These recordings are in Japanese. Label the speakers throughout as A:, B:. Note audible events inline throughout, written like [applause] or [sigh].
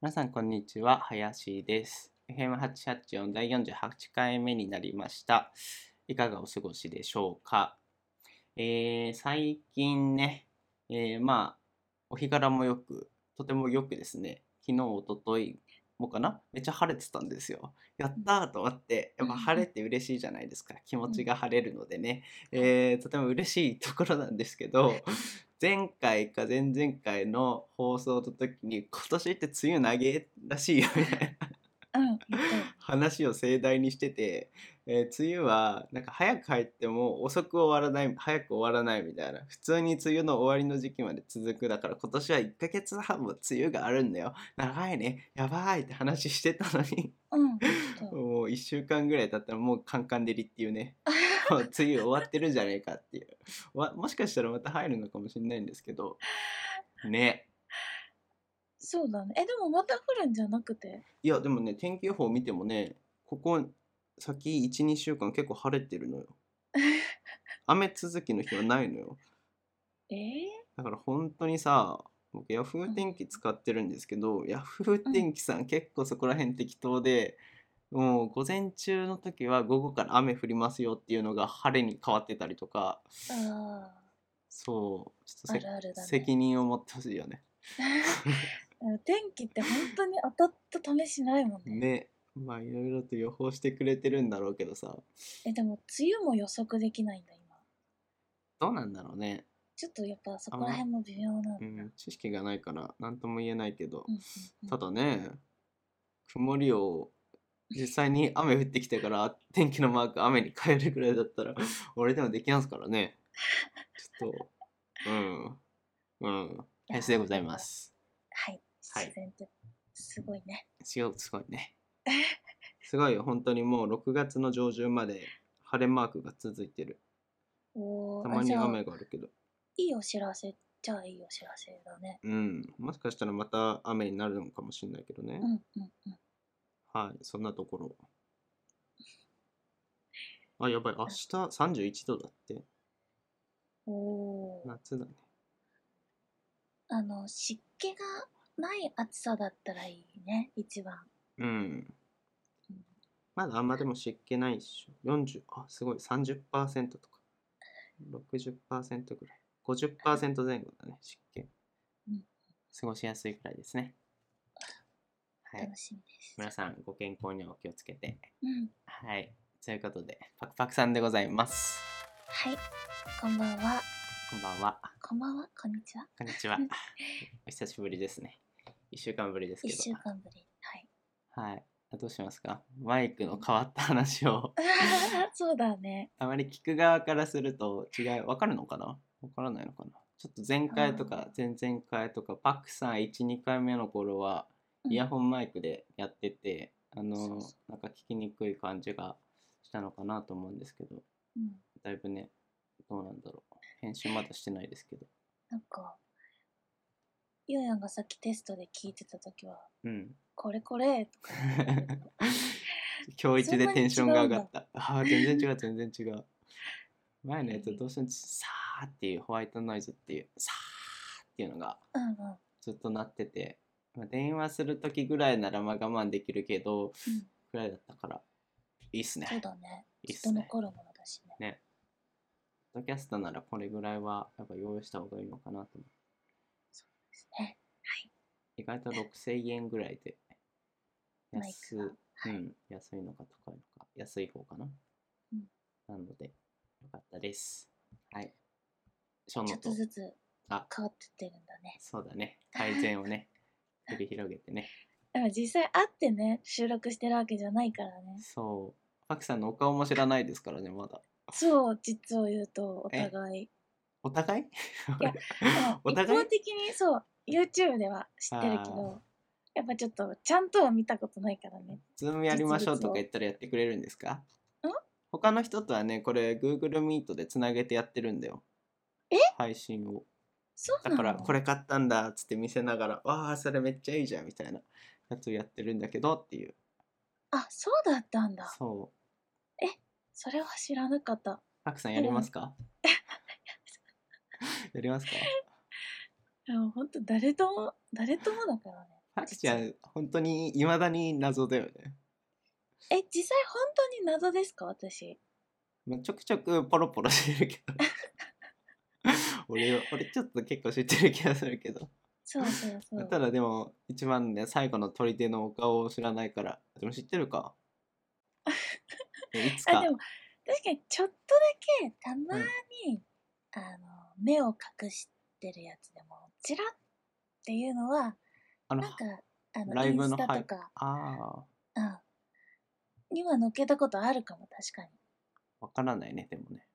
A: 皆さん、こんにちは。林です。FM884 第48回目になりました。いかがお過ごしでしょうか。えー、最近ね、えー、まあ、お日柄もよく、とてもよくですね、昨日、おとといもかなめっちゃ晴れてたんですよ。やったーと思って、やっぱ晴れて嬉しいじゃないですか。気持ちが晴れるのでね、えー、とても嬉しいところなんですけど、前回か前々回の放送の時に今年って梅雨投げらしいよみたいな、うん、話を盛大にしてて、えー、梅雨はなんか早く入っても遅く終わらない早く終わらないみたいな普通に梅雨の終わりの時期まで続くだから今年は1ヶ月半も梅雨があるんだよ長いねやばいって話してたのに、
B: うん、
A: もう1週間ぐらい経ったらもうカンカン照りっていう
B: [laughs]
A: ね。もう梅雨終わってるんじゃねえかっていうもしかしたらまた入るのかもしれないんですけどね
B: そうだねえでもまた降るんじゃなくて
A: いやでもね天気予報見てもねここ先12週間結構晴れてるの
B: [laughs]
A: よ雨続きの日はないのよ
B: えー、
A: だから本当にさ僕ヤフー天気使ってるんですけど、うん、ヤフー天気さん、うん、結構そこら辺適当で、もう午前中の時は午後から雨降りますよっていうのが晴れに変わってたりとかそうちょっと、ね、
B: [laughs]
A: 責任を持ってほしいよね
B: 天気って本当に当たった試しないもんね。
A: ねまあいろいろと予報してくれてるんだろうけどさ
B: えでも梅雨も予測できないんだ今
A: どうなんだろうね、
B: ちょっとやっぱそこら辺も微妙なんだ、うん
A: 知識がないから何とも言えないけど、うんうんうん、ただね曇りを実際に雨降ってきてから天気のマーク雨に変えるぐらいだったら俺でもできますからねちょっとうんうん林でございます
B: はい自然ってすごいね
A: すごすごいねすごいよ本当にもう6月の上旬まで晴れマークが続いてるたまに雨があるけど
B: いいお知らせじゃあいいお知らせだね
A: うんもしかしたらまた雨になるのかもしれないけどね
B: うんうんうん
A: はい、そんなところ。あ、やばい、明日31度だって。
B: おお。
A: 夏だね。
B: あの、湿気がない暑さだったらいいね、一番。
A: うん。まだあんまでも湿気ないっしょ。40、あ、すごい、30%とか。60%ぐらい。50%前後だね、湿気。
B: うん。
A: 過ごしやすいくらいですね。
B: はい、楽しみです。
A: 皆さんご健康にお気をつけて。
B: うん、
A: はい。ということで、パクパクさんでございます。
B: はい。こんばんは。
A: こんばんは。
B: こんばんは。こんにちは。
A: こんにちは。 [laughs] お久しぶりですね。一週間ぶりですけど。
B: 一週間ぶり。はい。
A: はい。どうしますかマイクの変わった話を
B: [laughs] そうだね
A: あまり聞く側からすると違い分かるのかな分からないのかなちょっと前回とか前々回とかパクさん12回目の頃はイヤホンマイクでやってて、あのそうそう、なんか聞きにくい感じがしたのかなと思うんですけど、
B: うん、
A: だいぶね、どうなんだろう。編集まだしてないですけど。
B: なんか、ゆうやんがさっきテストで聞いてた時は、
A: うん、
B: これこれとか。
A: [laughs] 今日一でテンションが上がった。ああ、全然違う、全然違
B: [laughs]
A: う。前のやつはどうしても、さーっていうホワイトノイズっていう、さーっていうのが、ずっと鳴ってて、
B: うんうん
A: まあ、電話する時ぐらいならまあ我慢できるけど、
B: うん、
A: ぐらいだったからいいっすね
B: そうだね
A: いいっすね
B: 残るものだしね
A: ねポッドキャストならこれぐらいはやっぱ用意した方がいいのかなと思う
B: そうですねはい
A: 意外と6000円ぐらいで安,、、
B: はい、うん
A: 安いのか高いのか安い方かな、
B: うん、
A: なのでよかったですはい
B: ちょっとずつ変わってってるんだね
A: そうだね改善を
B: [laughs]
A: ね繰り広げてね
B: でも実際会ってね収録してるわけじゃないからね
A: そうパクさんのお顔も知らないですからねまだ
B: そう実を言うとお互い
A: お互い [laughs]
B: お互い一方的にそう YouTube では知ってるけどやっぱちょっとちゃんとは見たことないからね
A: ズームやりましょうとか言ったらやってくれるんですか他の人とはねこれ Google Meet でつなげてやってるんだよ
B: え
A: 配信を
B: そう
A: だからこれ買ったんだっつって見せながら「わあそれめっちゃいいじゃん」みたいなやつをやってるんだけどっていう
B: あそうだったんだ
A: そう
B: えそれは知らなかった
A: パクさんやりますか [laughs] やりますか
B: いやほんと誰とも誰ともだからね
A: はちちゃん、本当にいまだに謎だよね。
B: え、実際本当に謎ですか私。
A: まあ、ちょくちょくポロポロしてるけど。 [laughs] 俺、俺ちょっと結構知ってる気がするけど。
B: そう
A: [laughs]
B: そうそう。
A: ただでも、一番ね、最後の砦のお顔を知らないから。でも知ってる
B: [laughs]
A: かえいつ
B: あ、
A: か
B: で。も、確かにちょっとだけ、たまに、あの、目を隠してるやつでも、ちらっていうのは、
A: あの
B: なん、か、あの、
A: ライブの
B: インスタとか、
A: ああ、
B: うん。にはのっけたことあるかも、確かに。
A: わからないね、でもね。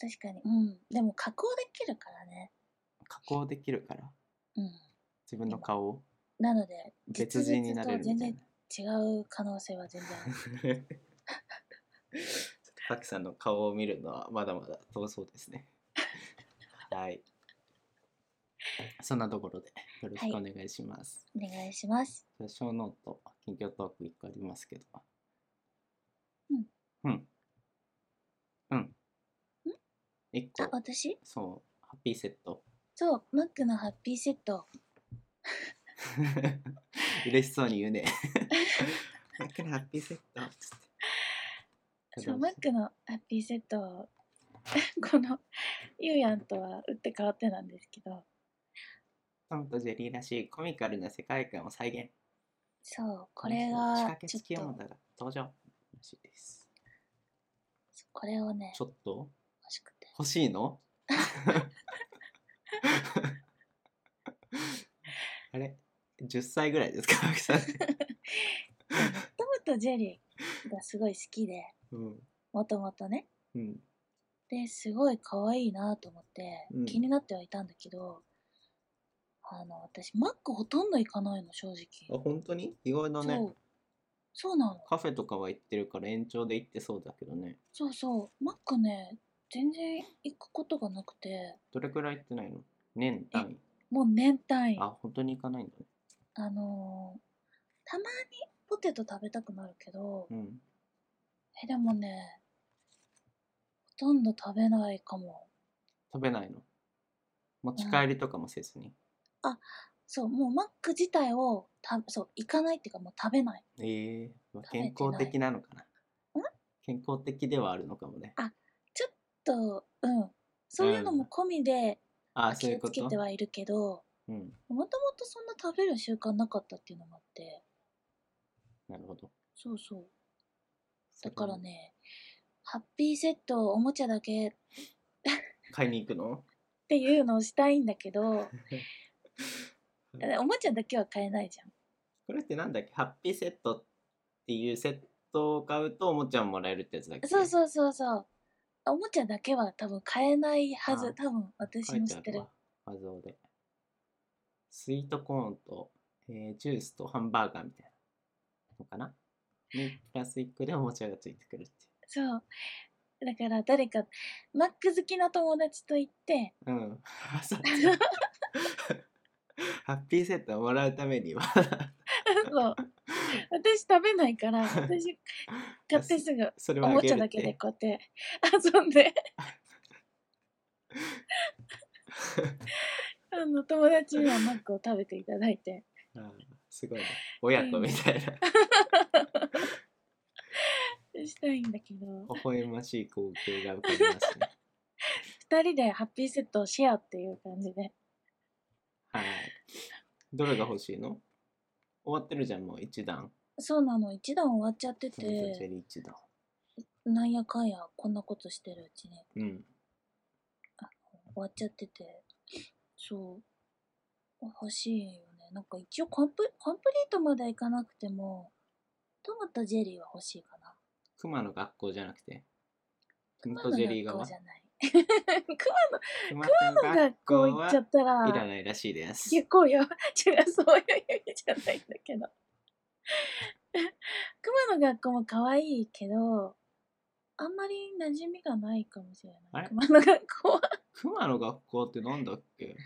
B: 確かに。うん。でも、加工できるからね。
A: 加工できるから、
B: うん。
A: 自分の顔を
B: なので、
A: 別人になれるみたいな。
B: 実物と全然違う可能性は全然ある。
A: [laughs] ちょっとパクさんの顔を見るのはまだまだ遠そうです
B: [laughs]
A: ね。はい。そんなところでよろしくお願いします。
B: お願いします。
A: じゃあ小ノート、近況トーク1個ありますけど。
B: うん。
A: うん。うん。1
B: あ、
A: 個、
B: 私
A: そう、ハッピーセット。
B: そう、マックのハッピーセット。
A: [laughs] 嬉しそうに言うね。マックのハッピーセット。つって
B: そう、マックのハッピーセットを [laughs] この、ゆうやんとは打って変わってなんですけど、
A: トムとジェリーらしいコミカルな世界観を再現。
B: そう、これ
A: 仕
B: が
A: 掛、け
B: ちょ
A: 付き
B: っ
A: 女
B: と、
A: が登場。らしいです。
B: そうこれをね、
A: ちょっと
B: 欲しくて。
A: 欲しい [laughs] のあれ ?10 歳ぐらいですか青木さん
B: トムとジェリーがすごい好きで、
A: うん。
B: もともとね。
A: うん。
B: で、すごい可愛いなと思って
A: うん、
B: 気になってはいたんだけど、あの、私、マックほとんど行かないの、正
A: あ、
B: 直。
A: 本当に意外だね
B: そ。う。そうなの。
A: カフェとかは行ってるから延長で行ってそうだけどね。
B: そうそう。マックね、全然行くことがなくて、
A: どれくらい行ってないの年単位。
B: もう年単位。
A: あ、本当に行かないんだね。
B: あのーたまにポテト食べたくなるけど、
A: うん。
B: え、でもね、ほとんど食べないかも。
A: 食べないの持ち帰りとかもせずに。
B: そう、もうマック自体をた、そう、行かないっていうかもう食べない。
A: ええまあ、
B: 食べてな
A: 健
B: い
A: 康的なのかな。
B: ん
A: 健康的ではあるのかもね。
B: ちょっと、うん。そういうのも込みで
A: ああ、そうい
B: 気
A: う
B: を
A: こ
B: つけ
A: と
B: て。はいるけど、
A: うん、
B: もともとそんな食べる習慣なかったっていうのもあって、
A: なるほど。
B: そうそう。
A: それ
B: だからね、ハッピーセットをおもちゃだけっ
A: 買いに行くの？
B: ていうのをしたいんだ
A: [laughs]
B: けど、えおもちゃだけは買えないじゃん。
A: これってなんだっけ？ハッピーセットっていうセットを買うとおもちゃもらえるってやつだっけ？
B: そうそうそうそう。おもちゃだけは多分買えないは
A: あ
B: ず。多分私
A: 書い
B: も
A: て
B: 知
A: あ
B: って
A: る
B: る
A: わ。。画像で。スイートコーンと、えージュースとハンバーガーみたいなのかな？にプラス1個でおもちゃがついてくるって。
B: そう。だから誰か、マック好きな友達と行って、 [laughs]
A: うん。朝ちゃん [laughs] ハッピーセットをもらうために
B: [laughs]
A: は [laughs]
B: そう。私食べないから、私買ってすぐ
A: それ
B: お
A: はあ
B: も
A: げ
B: ちゃ
A: るっ
B: だけで
A: て。
B: こうやって遊
A: [laughs]
B: んで、あの友達にはマックを食べていただいて、
A: ああすごいね。親子みたいな。
B: [laughs] したいんだけど、
A: 微笑ましい光景が浮かびますね。
B: 二人でハッピーセットをシェアっていう感じで。
A: はい。どれが欲しいの終わってるじゃん、もう一段。
B: そうなの、一段終わっちゃって
A: トムとジェ
B: て、
A: リー一段。
B: なんやかんやこんなことしてるうちに
A: うん。
B: 終わっちゃってて、そう、欲しいよね。なんか一応コンプコンプリートまではいかなくても、トムとジェリーは欲しいかな。
A: クマの学校じゃなくて。トム
B: 熊
A: と
B: の
A: ジェリー
B: 学
A: 側
B: 校じ。ゃない。 [laughs] 熊
A: クマ
B: の学校行っちゃったら、
A: いらないらしいです。
B: 結構やばい。 [laughs] 違う、そういう意味じゃないんだけど。熊の学校も可愛いけど、あんまり馴染みがないかもしれ
A: あ
B: な
A: れ
B: い。熊の学校は。 [laughs]
A: クマの学校ってなんだっけ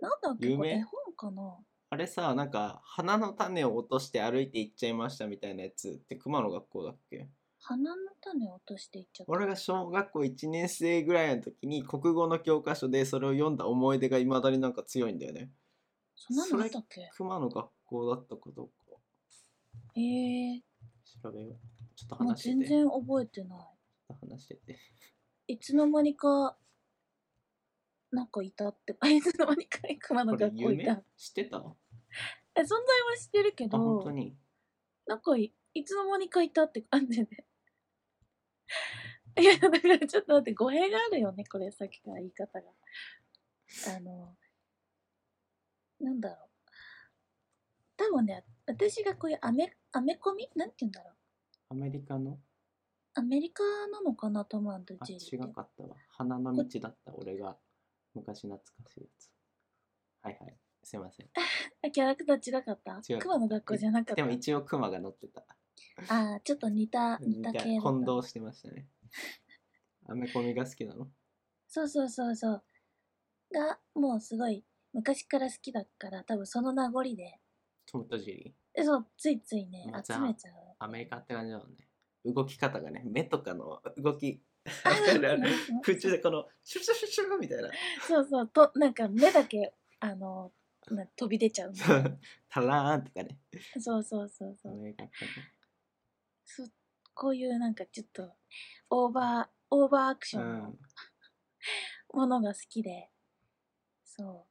B: なんだっけ
A: 有
B: こ
A: 名
B: れ絵本かな
A: あれさ、なんか、花の種を落として歩いて行っちゃいましたみたいなやつってクマの学校だっけ
B: 花の種を落としていっちゃった。
A: 俺が小学校1年生ぐらいの時に国語の教科書でそれを読んだ思い出がいまだになんか強いんだよね。
B: そんなのあったっけ
A: 熊の学校だったかどうか
B: えー、
A: 調べよう。ちょっと
B: もう
A: 話して
B: 全
A: て。ちょ
B: 然覚えてな
A: っと話してて。
B: い。いつの間にか、なんかいたって、 [laughs] あいつの間にか熊の
A: これ
B: 学校い
A: 夢
B: た。
A: 知ってたあ、
B: え存在は知ってるけ
A: 本当
B: ど、
A: に。
B: なんかいいつの間にかいたって感じで。いや、だからちょっと待って、語弊があるよね、これ、さっきから言い方が。あの、なんだろう。多分ね、私がこういうアメ、アメコミなんて言うんだろう。
A: アメリカの
B: アメリカなのかな、トムジ
A: あ、
B: ェリ
A: 違
B: ーって。
A: かったわ。花の道だった、俺が。昔懐かしいやつ。はいはい。すいま
B: [laughs]
A: せん。
B: あキャラクター違かった
A: 違う
B: 熊の学校じゃなかっ
A: で
B: た
A: も一応熊が乗ってた。
B: ああ、ちょっと似た、似た系だっ
A: 混
B: た。
A: 同してましたね。 [laughs] アメコミが好きなの
B: そうそうそうそう。が、もうすごい、昔から好きだから、多分その名残で、
A: トムとジェリー。
B: えそう、ついついね
A: まあ、
B: 集めちゃう。
A: アメリカって感じだもんね。動き方がね、目とかの動き。
B: あ
A: わかる [laughs]
B: うん
A: 口でこの、シュシュシュシュみたいな。
B: そうそう、と、なんか目だけ、あの、な飛び出ちゃう。
A: [laughs] タラーンとかね。
B: そうそうそうそ
A: ア
B: う。
A: メリカってね
B: そうこういうなんかちょっと、オーバー、オーバーアクシ
A: う
B: ョンの
A: ん。
B: ものが好きで、そ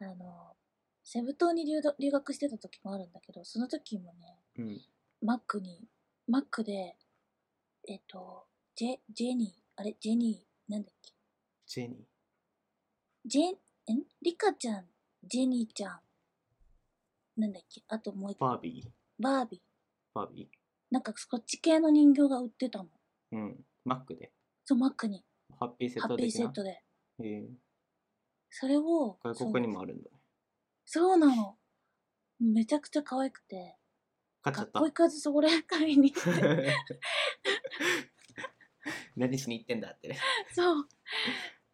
B: う。あの、セブ島に留学留学してた時もあるんだけど、その時もね、
A: うん。
B: マックに、マックで、えっと、ジェ、ジェニー、あれ、ジェニー、なんだっけ、
A: ジェニー。
B: ジェン、んリカちゃん、ジェニーちゃん、なんだっけ、あともう一個、
A: バービー。
B: バービー。
A: バービ
B: なんかこっち系の人形が売ってたの。
A: ー。うん。マックで。
B: そう、マックに、
A: ハッピーセッ
B: ハッ
A: ト
B: ピー
A: 的
B: セッ
A: な。
B: トで。
A: へえ
B: それを、
A: 外国にもあるんだね。
B: そうそうなの。めちゃくちゃ可愛くて、
A: 買っちゃ
B: 学
A: った
B: 校。行かずそこら辺買いに [laughs] 行って、
A: [laughs] 何しに行ってんだってね。
B: そう。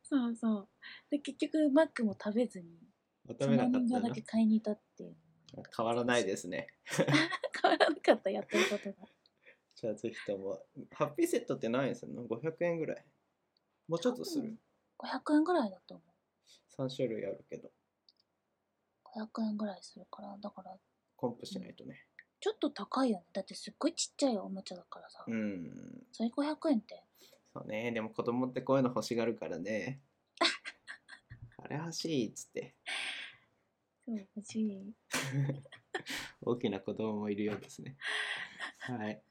B: そうそう。で、結局、マックも食べずに、
A: 求めなかっ
B: 人
A: た
B: 形
A: な
B: だけ。買いに行ったっていう。 [laughs]
A: 変わらないですね。
B: 変わらなかったやってることが
A: じゃあぜひとも。ハッピーセットって何円するの ?500 円ぐらい。もうちょっとする。
B: 500円ぐらいだと思
A: 3種類あるけど、
B: う500円ぐらいするからだから
A: コンプしないとね。
B: ちょっと高いよねだってすっごいちっちゃいおもちゃだからさ、
A: うん。
B: それ500円って
A: そうね。でも子供ってこういうの欲しがるから [laughs] ね。あれ欲しいっつって。
B: そう欲しい
A: 大きな子供もいるようです
B: [laughs]
A: ね。はい。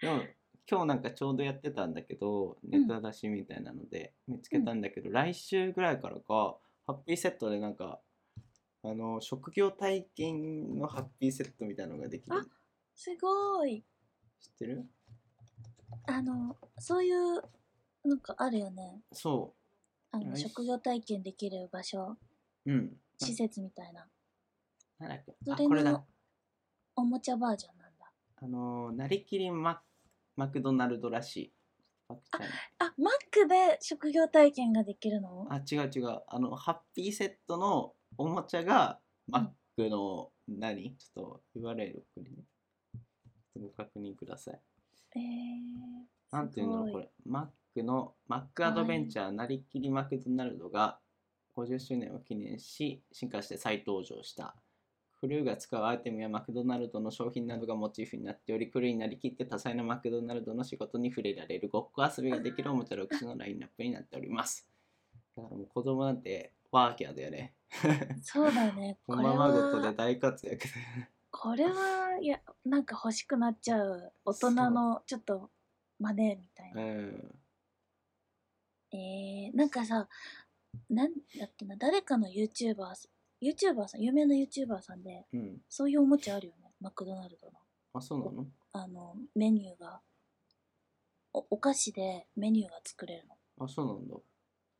A: でも今日なんかちょうどやってたんだけどネタ出しみたいなので見つけたんだけど、来週ぐらいからかハッピーセットでなんかあの職業体験のハッピーセットみたいなのができる
B: あすごい
A: 知ってる
B: あのそういうなんかあるよね
A: そ
B: あの
A: はい
B: 職業体験できる場所
A: ううん
B: 施設みたいな
A: ななんだっけ
B: そ
A: あ
B: れ
A: これだ
B: のおもちゃバージョンなんだ
A: あのなりきりママクドナルドらしいパクちゃん
B: あマックで職業体験ができるの
A: あ違う違うあのハッピーセットのおもちゃがマックの何ちょっと URL 送りねちょっとご確認ください
B: えー、
A: なんていうのこ
B: すごい
A: れマックのマックアドベンチャーなりきりマクドナルドが50周年を記念し進化して再登場したクルーが使うアイテムやマクドナルドの商品などがモチーフになっておりクルーになりきって多彩なマクドナルドの仕事に触れられるごっこ遊びができるおもちゃ6種のラインナップになっておりますだからもう子供なんてワーキャーだよね
B: そう
A: [laughs]
B: だね
A: お
B: これ
A: ままごと
B: は
A: で大活躍
B: これはいやなんか欲しくなっちゃう大人のちょっと真似みたいな
A: う、ん
B: えー、なんかさなんだっけな誰かの YouTuber さん YouTuber さん有名な YouTuber さんで
A: うん
B: そういうおもちゃあるよねマクドナルドの
A: あそうなの
B: あのメニューがおお菓子でメニューが作れるの
A: あそうなんだ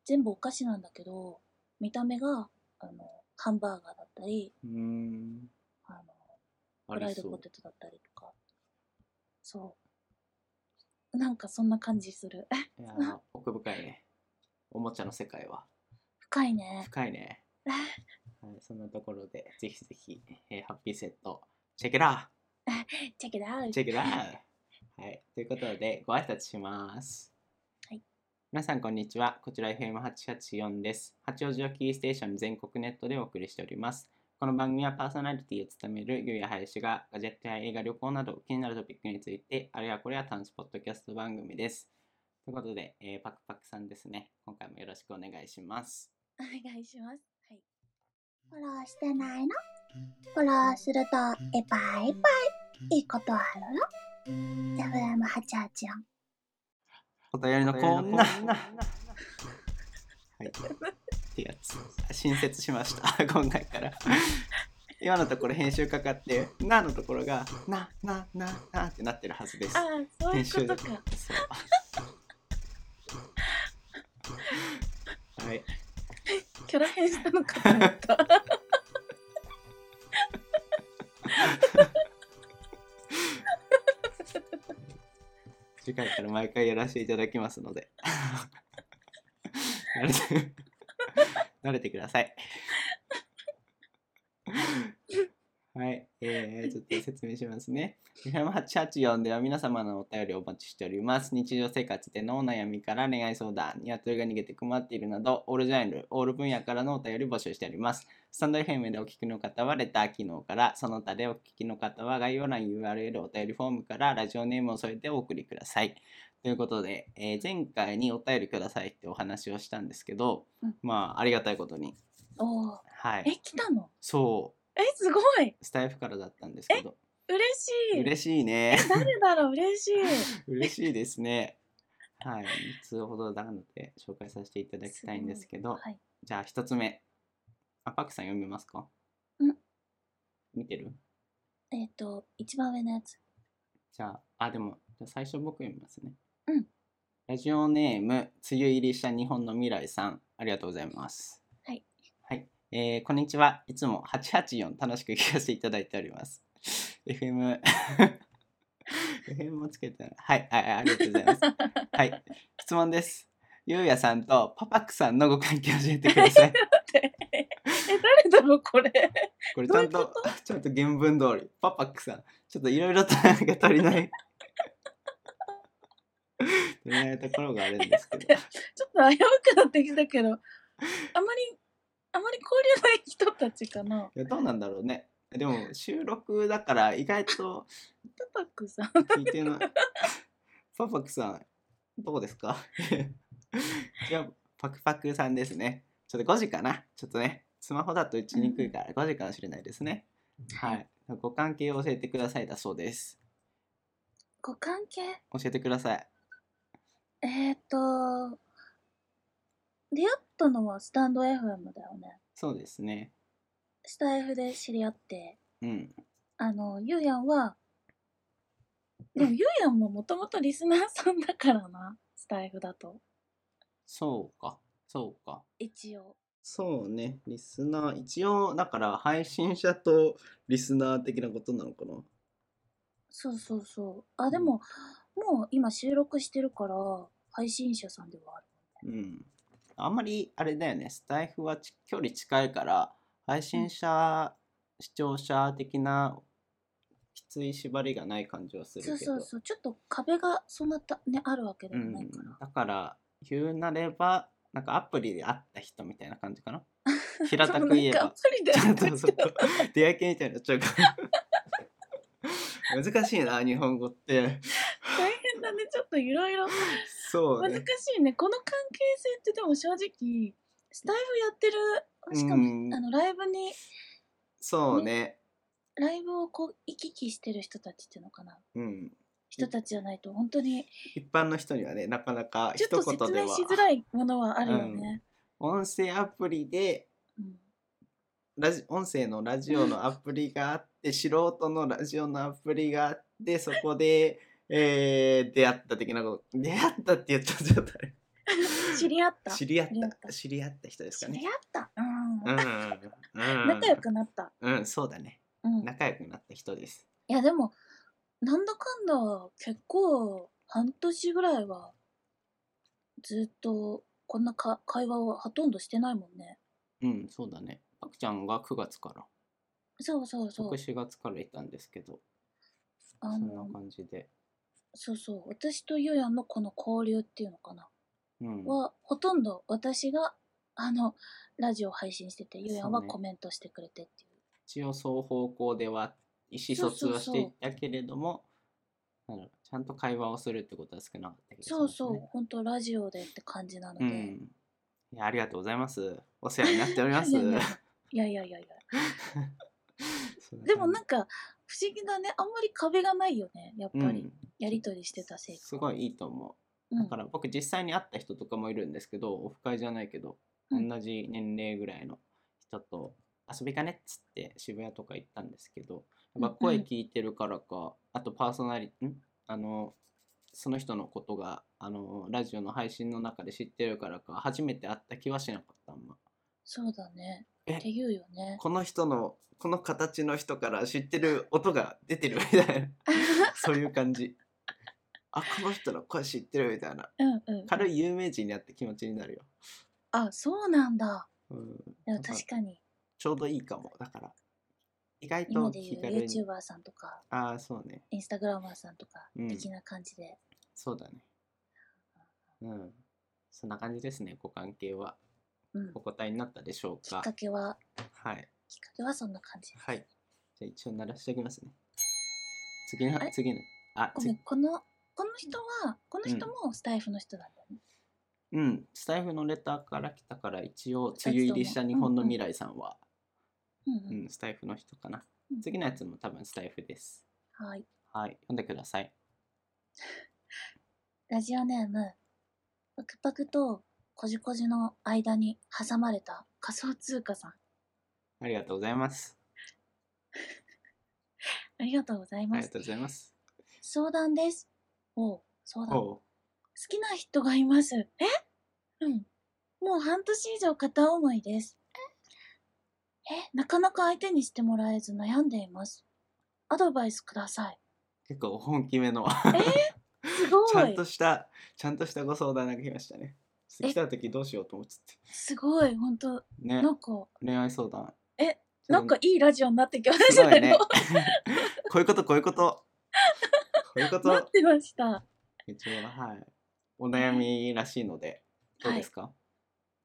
B: 全部お菓子なんだけど見た目があのハンバーガーだったり
A: うーん
B: あの
A: あ
B: フライ
A: り
B: ド
A: そ
B: ポ
A: う
B: テトだったりとかそうなんかそんな感じする [laughs]
A: いやー奥深いね。おもちゃの世界は。
B: 深いね
A: 深いね。はい、そんなところで、ぜひぜひ、えーハッピーセット、チェケラ
B: チェケラ
A: ーチェケラーはい、ということで、ご挨拶します。
B: はい。
A: 皆さん、こんにちは。こちら FM884 です。八王子をキーステーションに全国ネットでお送りしております。この番組はパーソナリティを務めるゆうや林がガジェットや映画、旅行など気になるトピックについて、あれやこれや単種ポッドキャスト番組です。ということで、えーパクパクさんですね。今回もよろしくお願いします。
B: お願いします。はい。
C: フォローしてないのフォローすると、え、バイバイ。いいことあるよ。FM884。
A: お便りのコーナ [laughs] ー。はい。ってやつ。新設しました。 [laughs] 今回から。今のところ編集かかって、なのところが、な、な、な、なってなってるはずです。
B: ああ、そう
A: 編
B: いうこ
A: 集
B: と
A: で
B: か。
A: そう。 [laughs] はい。
B: キャラ変したのかと
C: [laughs]
B: 思った。
A: 次回から毎回やらせていただきますので慣れて慣れてくださいはい、えー、ちょっと説明しますね FM884 では皆様のお便りをお待ちしております日常生活でのお悩みから恋愛相談ニワトリが逃げて困っているなどオールジャンルオール分野からのお便り募集しておりますスタンド FM でお聞きの方はレター機能から、その他でお聞きの方は概要欄 URL お便りフォームからラジオネームを添えてお送りください。ということで、えー前回にお便りくださいってお話をしたんですけど、
B: うん
A: まあありがたいことに、
B: おお。
A: は
B: え、
A: い、
B: 来たの
A: そ、
B: え、すごいう
A: スタイフからだったんですけど、
B: 嬉しい
A: 嬉しいね、
B: 誰だろう嬉しい
A: [laughs] 嬉しいですね。はい、3つほどなので紹介させていただきたいんですけど、
B: はい。
A: じゃあ1つ目、あパクさん読みますか
B: うん
A: 見てる
B: えっ、と、一番上のや [laughs] つ。
A: じゃあ、あ、でも、じゃあ最初僕読みますね。
B: うん。
A: ラジオネーム、梅雨入りした日本の未来さん、ありがとうございます。
B: はい。
A: はい。えーこんにちは。いつも884楽しく聞かせていただいております。FM、FM もつけてない。はい、はい、はいありがとうございます。はい。質問です。ゆうやさんとパパックさんのご関係を教えてください。
B: え、誰だろうこれ。
A: これち
B: ど
A: ゃ
B: うい
A: ん
B: う
A: と
B: こと
A: [laughs] ちゃんと原文通りパパックさんちょっといろいろと [laughs] なんか足りない足りないところがあるんですけ
B: [laughs]
A: ど
B: ちょっと危うくなってきたけど、あまり、あまり交流ない人たちかな。
A: いやどうなんだろうねでも収録だから意外と
B: パパックさん。
A: 聞いてない [laughs] パパックさんどうですか [laughs] じゃあパクパクさんですねちょっと5時かなちょっとねスマホだと打ちにくいから5時かもしれないですねはいご関係を教えてくださいだそうです
B: ご関係
A: 教えてください
B: えっ、と、出会ったのはスタンド FM だよね。
A: そうですね
B: スタイフで知り合って、
A: うん
B: あの、ゆうやんは、でもゆうやんももともとリスナーさんだからな、スタイフだと。
A: そうか、そうか。
B: 一応。
A: そうね、リスナー、一応、だから配信者とリスナー的なことなのかな。
B: そうそうそう。あ、でも、もう今収録してるから、配信者さんではある。
A: うん。あんまり、あれだよね、スタイフはち距離近いから、配信者、視聴者的なきつい縛りがない感じはす
B: そう
A: るけ
B: そ
A: ど。
B: うそう。ちょっと壁がそんなた、ね、あるわけで
A: う
B: も
A: ん
B: ないから。
A: だから、言うなれば、なんかアプリで会った人みたいな感じ
B: [laughs]
A: かな。平たく言え
B: なん
A: ば
B: かア。プリ
A: [laughs]
B: で
A: ち
B: や
A: ょ
B: っ
A: っと
B: て
A: そう
B: る
A: 出会い系みたいになっちゃうから。 [laughs] 難しいな、日本語って。
B: 大変だね。ちょっといろいろ
A: そう
B: 難し
A: ね。
B: いね。この関係性ってでも正直、スタイフやってる、しか
A: うん
B: も、あの、ライブに、
A: そうね。
B: ライブをこう、行き来してる人たちっていうのかな。
A: うん。
B: 人たちじゃないと、本当に、
A: 一般の人にはね、なかなか
B: ち
A: 一
B: ょっと説
A: 言で
B: 明
A: は
B: し。づらいものはあるよね。
A: 音声アプリで、
B: うん
A: ラジ音声のラジオのアプリがあって、素人のラジオのアプリがあって、そこで、えー、出会った的なこと。出会ったって言ったらちょっとあれ
B: 知り合った。
A: 知り合っ
B: 知り合った
A: た。知り合った人です
B: 知
A: かね
B: り。合った。うん
A: うんうんうん。
B: 仲良くなった。
A: うん、そうだね。
B: うん。い
A: 仲良くなった人です。
B: や、でも、なんだかんだ、結構、半年ぐらいは、ずっと、こんなか会話をほとんどしてないもんね。
A: うん、そうだね。パクちゃんが9月から、
B: そうそうそう
A: 僕。4月からいたんですけど、そ
B: あ
A: んな
B: の、
A: 感じで。
B: そうそう。私とゆうやんのこの交流っていうのかな。
A: うん、
B: は、ほとんど私が、あの、ラジオ配信してて、ゆうやんは
A: そうね
B: コメントしてくれてっていう。
A: 一応双方向では意思疎通はしていたけれどもなんだろうちゃんと会話をするってことは少なかったけど
B: そうそう、本当ラジオでって感じなの
A: う
B: で。
A: んいやありがとうございますお世話になっております
B: [laughs] いやいやいやいやいやいや。
A: [laughs] そんな感じ
B: でもなんか、不思議だね。あんまり壁がないよね。やっぱり。
A: うん
B: やりとりしてたせいか。
A: すごいいいと思
B: う、
A: うんだから僕実際に会った人とかもいるんですけどオフ会じゃないけど
B: うん
A: 同じ年齢ぐらいの人と遊びかねっつって渋谷とか行ったんですけどやっぱ声聞いてるからかあとパーソナリんあのその人のことがあのラジオの配信の中で知ってるからか初めて会った気はしなかったあんま
B: そうだね。
A: え
B: って言うよね。
A: この人のこの形の人から知ってる音が出てるみたいなそういう感じあこの人の声知ってるみたいな
B: うんうん。
A: 軽い有名人になって気持ちになるよ、
B: あ、そうなんだ。
A: うん、
B: でも
A: だから
B: 確かに、
A: ちょうどいいかもだから意外
B: 今
A: と
B: で言
A: 気
B: う
A: 軽に
B: YouTuber さんとか、
A: ああそうね
B: インスタグラマーさんとか、
A: うん
B: 的な感じで。
A: そうだねうんそんな感じですねご関係は
B: うん
A: お。答えになったでしょう
B: きっ
A: か
B: かけは、
A: はい
B: きっかけはそんな感じ。
A: はいじゃあ一応鳴らしておきますね次の
B: あれ
A: 次のあ
B: ご
A: 次
B: めん、この、この人は、この人
A: う
B: もスタイフの人なんだよね。
A: うん、スタイフのレターから来たから一応梅雨入りした日本の未来さんは、
B: うん
A: う
B: うんん。
A: スタイフの人かな
B: うん
A: 次のやつも多分スタイフです
B: はい。
A: はい読んでください
B: ラジオネーム、パクパクとこじこじの間に挟まれた仮想通貨さん。
A: ありがとうございます
B: ありがとうござい
A: あ
B: ま
A: りが
B: す。
A: とうございます
B: 相談です。おう、相談。好
A: おう
B: きな人がいます。えうん。もう半年以上片思いです。えなかなか相手にしてもらえず悩んでいます。アドバイスください。
A: 結構本気めの [laughs]
B: すご
A: ちゃん
B: い
A: としたちゃんとしたご相談が来ましたね
B: え
A: 来た時どうしようと思って
B: すごい、ほんと。
A: てね
B: なんか、
A: 恋愛相談
B: えなんか
A: ち
B: いいラジオになってき
A: ょ
B: ま
A: っと
B: し
A: す
B: た
A: ごい
B: [laughs]
A: ね
B: よ。
A: [laughs] こういうことこういうことこういうこ
B: 待っ
A: と
B: てました。
A: 一応はいお悩みらしいのでどうですか、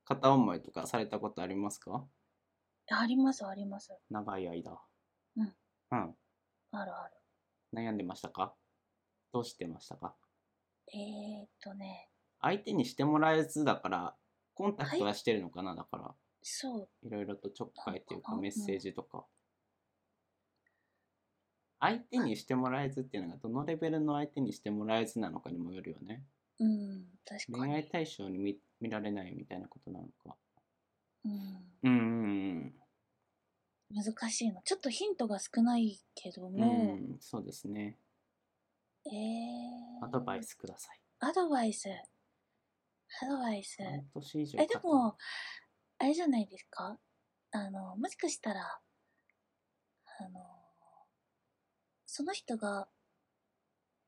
A: 片思いとかされたことありますか
B: あります、あります。
A: 長い間
B: うん
A: うん
B: あるある。
A: 悩んでましたかどうしてましたか
B: えー、っとね、
A: 相手にしてもらえずだからコンタクトはしてるのかな、だから
B: そう、
A: いろいろとちょっかいというか
B: なんかな
A: メッセージとか、相手にしてもらえずっていうのがどのレベルの相手にしてもらえずなのかにもよるよね
B: うん、確か
A: 恋愛
B: に。
A: 対象に見見られないみたいなことなのか
B: うん、
A: うんうん
B: 難しいの。ちょっとヒントが少ないけど
A: うん、う
B: も、
A: ん、そうですね
B: えー、
A: アドバイ。スください
B: アドバイス。アドバイス。
A: 半年以上
B: え、で
A: 経った
B: も、あれじゃないですかあの、もしかしたら、あの、その人が、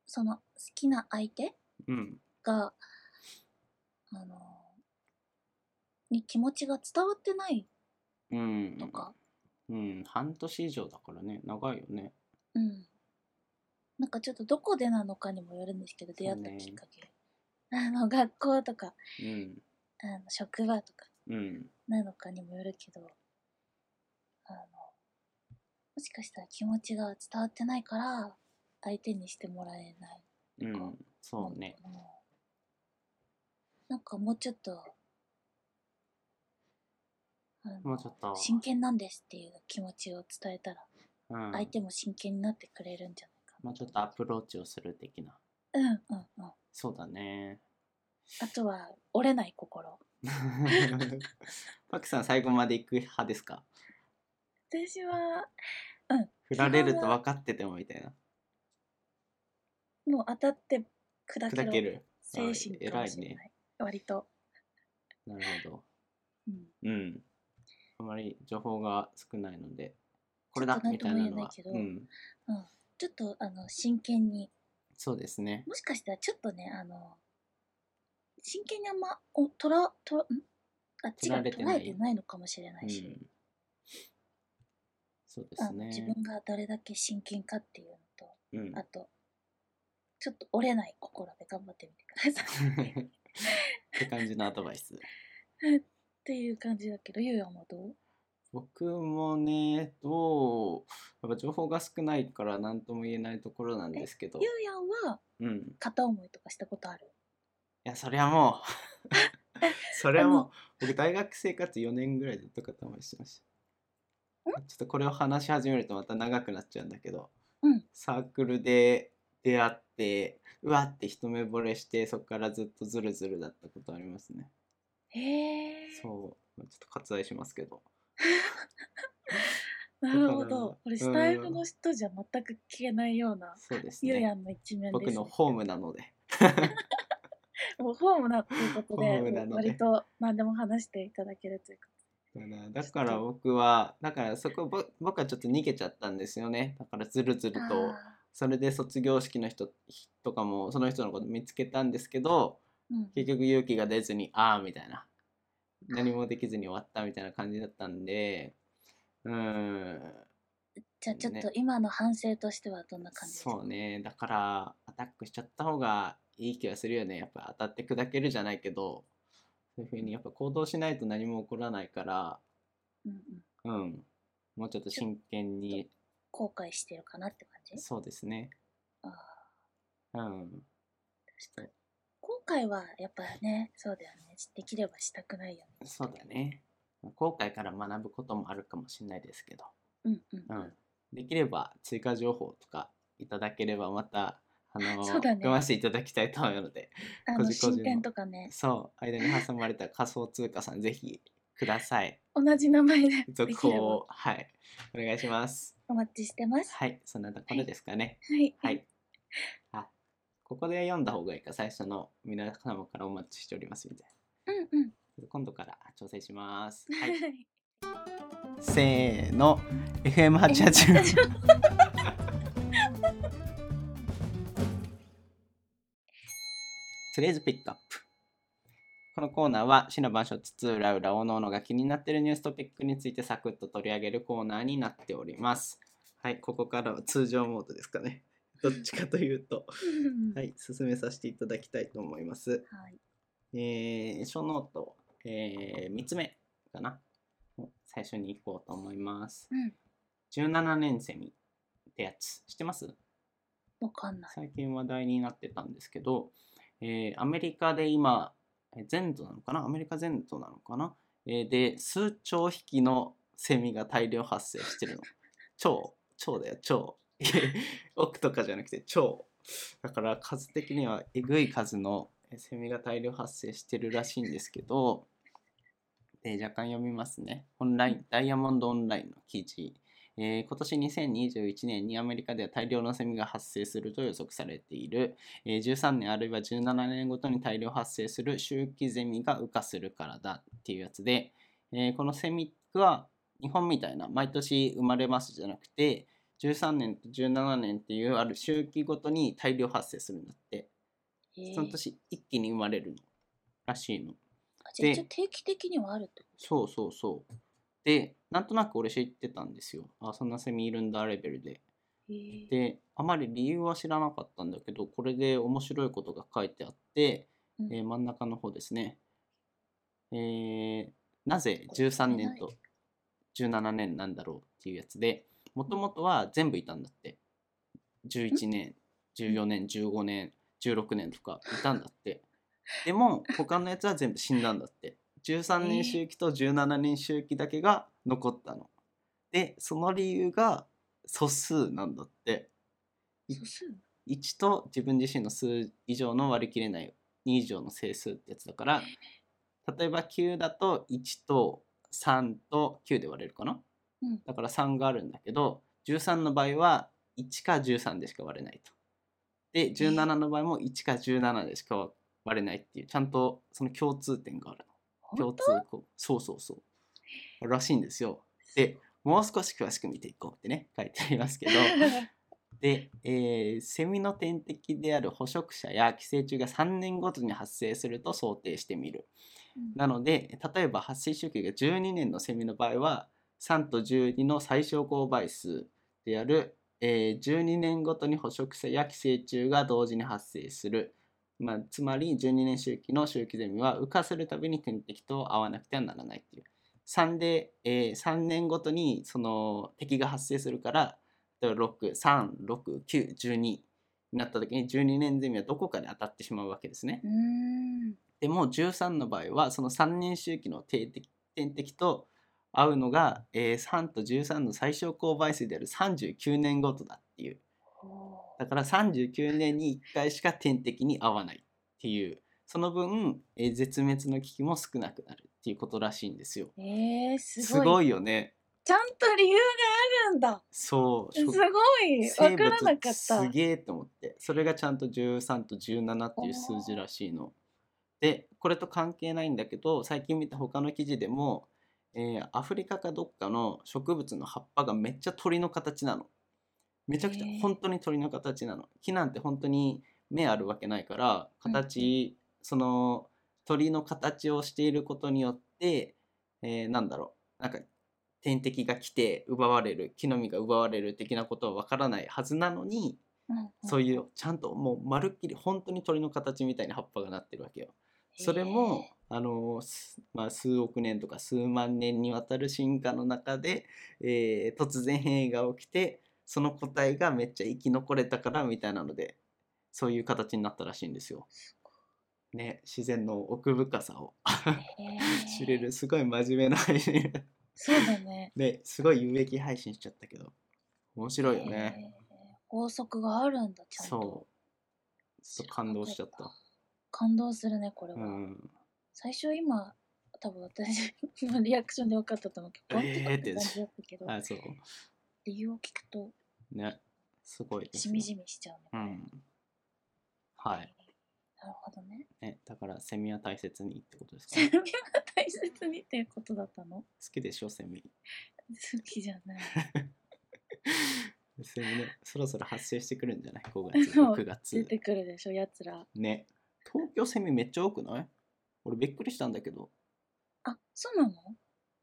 B: その好きな相手
A: うん
B: が、あの、に気持ちが伝わってない
A: うん
B: とか、
A: うん半年以上だからね長いよね
B: うん。なんかちょっとどこでなのかにもよるんですけど、出会ったきっかけ。あの、学校とか、
A: うん
B: あの、職場とか
A: うん
B: なのかにもよるけど、あの、もしかしたら気持ちが伝わってないから、相手にしてもらえない。
A: うんそうね。
B: なんかもうちょっと、あの
A: もうちょっと
B: 真剣なんですっていう気持ちを伝えたら、
A: うん
B: 相手も真剣になってくれるんじゃないかな。
A: もうちょっとアプローチをする的な
B: うんうんうん。
A: そうだね
B: あとは、折れない心。
A: [laughs] パクさん最後まで行く派ですか
B: 私は、
A: 振られると分かっててもみたいな
B: もう当たって砕け
A: 砕
B: ろ
A: ける
B: 精神かもしれな
A: あ偉
B: い。
A: い
B: 割と。
A: なるほど
B: う
A: う
B: ん、
A: んあまり情報が少ないのでこれだ
B: ちょっとな
A: み
B: ん
A: たいな
B: とも言え
A: の
B: ない
A: は
B: けど
A: うん
B: ちょっと、あの、真剣に。
A: そうですね
B: もしかしたら、ちょっとね、あの、真剣にあんま、お、とら、とら、んあっちが
A: 捉えて
B: 捉
A: ない
B: えてないのかもしれな
A: う
B: いし、
A: んそうで
B: あ
A: す
B: の
A: ね
B: 自分がどれだけ真剣かっていうのと、
A: [laughs] うん
B: あと、ちょっと折れない心で頑張ってみてくださ
A: [laughs] って感じのアドバイス
B: い。っていう感じだけど、ゆうやもどう
A: 僕もね、どう、やっぱ情報が少ないから何とも言えないところなんですけど
B: ゆう、やんは
A: うん。い
B: 片思いとかしたことある
A: や、そりゃもう、 [laughs] それはもう、僕大学生活4年ぐらいずっと片思いしてました。ちょっとこれを話し始めるとまた長くなっちゃうんだけど、
B: うん
A: サークルで出会って、うわって一目惚れして、そこからずっとズルズルだったことありますね。
B: へえ
A: そう、まあちょっと割愛しますけど。
B: なるほ
A: だから
B: どこれスタイフの人じゃ全く聞けないような
A: そうです
B: ゆうや
A: ね。
B: んの一面です、
A: 僕
B: ね、
A: のホームなので。
B: もうホームだっていうこと
A: ホ
B: で
A: ームなので
B: 割と何でも話していただけるというか
A: だなだから僕はだからそこぼ僕はちょっと逃げちゃったんですよねだからずるずる
C: あ
A: と
C: ー
A: それで卒業式の人とかもその人のこと見つけたんですけど
B: うん
A: 結局勇気が出ずにああみたいな何もできずに終わったみたいな感じだったんでうーん
B: じゃあちょっ
A: ね
B: と今の反省としてはどんな感じですか、
A: そうねだからアタックしちゃった方がいい気はするよねやっぱ当たって砕けるじゃないけどそういうふうにやっぱ行動しないと何も起こらないから
B: うんうん、
A: うんもうちょっと真剣に
B: 後悔してるかなって感じ
A: そうですね。
B: あー
A: うん。
B: 後悔はやっぱねそうだよねできればしたくないよね
A: そうだね。後悔から学ぶこともあるかもしれないですけど、
B: うんうん
A: うん、できれば追加情報とかいただければまた、あの
B: [laughs] そうだね
A: 読ませていただきたいと思うので、
B: あ
A: 個
B: の
A: 人個人の
B: 進展とかね
A: そう、間に挟まれた仮想通貨さん、ぜひください。
B: 同じ名前で [laughs]
A: 続
B: でき
A: 報
B: れば
A: を、はい、お願いします。
B: お待ちしてます
A: はい、そんなところですかね。
B: はい、
A: はい。あ、ここで読んだ方がいいか、最初の皆様からお待ちしておりますみたい
B: うんうん
A: な。今度から調整します。
B: は
A: はい
B: [laughs]
A: い。せーの FM88 とりあえずピックアップこのコーナーはシナバンショ津々浦々おのおのが気になっているニューストピックについてサクッと取り上げるコーナーになっておりますはいここからは通常モードですか
B: [laughs]
A: ねどっちかというと
B: うん
A: はい進めさせていただきたいと思います
B: はい
A: えー、書ノート、えー、3つ目かな。最初に行こうと思います。
B: うん
A: 17年セミってやつ、知ってます
B: わかんない
A: 最近話題になってたんですけど、えーアメリカで今、えー全土なのかなアメリカ全土なのかな、えーで、数兆匹のセミが大量発生してるの。超、超だよ、超。 [laughs] 億とかじゃなくて超。だから数的にはえぐい数のえーセミが大量発生してるらしいんですけど、えー若干読みますね。オンライン、ダイヤモンドオンラインの記事。えー今年2021年にアメリカでは大量のセミが発生すると予測されている、えー13年あるいは17年ごとに大量発生する周期ゼミが羽化するからだっていうやつで、えーこのセミは日本みたいな毎年生まれますじゃなくて13年と17年っていうある周期ごとに大量発生するんだって
B: えー
A: その年一気に生まれるのらしいの。
B: あじゃあ
A: で
B: 一応定期的にはあるってこ
A: そうそうそう。でなんとなく俺知ってたんですよ。あそんなセミいるんだレベルで。
B: とへえ
A: であまり理由は知らなかったんだけどこれで面白いことが書いてあって、
B: うん
A: えー真ん中の方ですね、えーなぜ13年と17年なんだろうっていうやつでもともとは全部いたんだって11年14年15年16年とかいたんだってでも他のやつは全部死んだんだって13
B: えー
A: 年周期と17年周期だけが残ったのでその理由が素数なんだって
B: 素数
A: 1と自分自身の数以上の割り切れない2以上の整数ってやつだから例えば9だと1と3と9で割れるかな、
B: うん
A: だから3があるんだけど13の場合は1か13でしか割れないとで17の場合も1か17でしか割れないっていうちゃんとその共通点があるの共
B: 本
A: 通項そうそうそうらしいんですよでもう少し詳しく見ていこうってね書いてあります
B: [laughs]
A: けどで、えーセミの天敵である捕食者や寄生虫が3年ごとに発生すると想定してみる。
B: うん
A: なので例えば発生周期が12年のセミの場合は3と12の最小公倍数である、えー12年ごとに捕食者や寄生虫が同時に発生する。まあ、つまり12年周期の周期ゼミは羽化するたびに天敵と合わなくてはならないっていう3で、え3年ごとにその敵が発生するから例えば636912になった時に12年ゼミはどこかで当たってしまうわけですね。
B: [laughs] うーん。
A: でも13の場合はその3年周期の定的点滴と合うのが、えー3と13の最小公倍数である39年ごとだっていうだから39年に1回しか点滴に合わないっていうその分、えー絶滅の危機も少なくなるっていうことらしいんですよ。
B: えー、す
A: す
B: ごい。
A: ごいよね。
B: ちゃんと理由があるんだ。
A: そう
B: す
A: 食
B: ごい。わからなかっ
A: す
B: た。
A: げえと思ってそれがちゃんと13と17っていう数字らしいの。でこれと関係ないんだけど最近見た他の記事でも、えーアフリカかどっかの植物の葉っぱがめっちゃ鳥の形なの。めちゃくちゃ
B: へえ
A: 本当に鳥の形なの。木なんて本当に目あるわけないから形、その鳥の形をしていることによって、えーなんだろうなんか天敵が来て奪われる木の実が奪われる的なことはわからないはずなのに、そう
B: うん。
A: いうちゃんともうまるっきり本当に鳥の形みたいな葉っぱがなってるわけよ。それも、あのすまあ、数億年とか数万年にわたる進化の中で、えー突然変異が起きてその個体がめっちゃ生き残れたからみたいなのでそういう形になったらしいんですよ。ね自然の奥深さを
B: へー
A: 知れる。すごい真面目な [laughs] 配信
B: そうだね。
A: ですごい有益配信しちゃったけど面白いよね。
B: へー。法則があるんだ、ちゃんと。
A: そうちょっと感動しちゃった。
B: 感動するね、これは。
A: うん
B: 最初今、多分私のリアクションで分かったと思うけど、
A: えー
B: 本当
A: っ
B: ってて感じだったけど、
A: あそう
B: 理由を聞くと、
A: ねすごいです
B: し
A: ね
B: みじみしちゃうね。
A: うんはい、
B: なるほどね。
A: ね、だからセミは大切にってことですか、
B: セミ [laughs]
A: ね、
B: が大切にっていうことだったの
A: 好きでしょセミ
B: 好きじゃない。
A: セミねそろそろ発生してくるんじゃない5月
B: [laughs] そう
A: 6
B: 出
A: 月
B: てくるでしょ、やつら。
A: ね東京セミめっちゃ多くない俺びっくりしたんだけど
B: あ、そうなの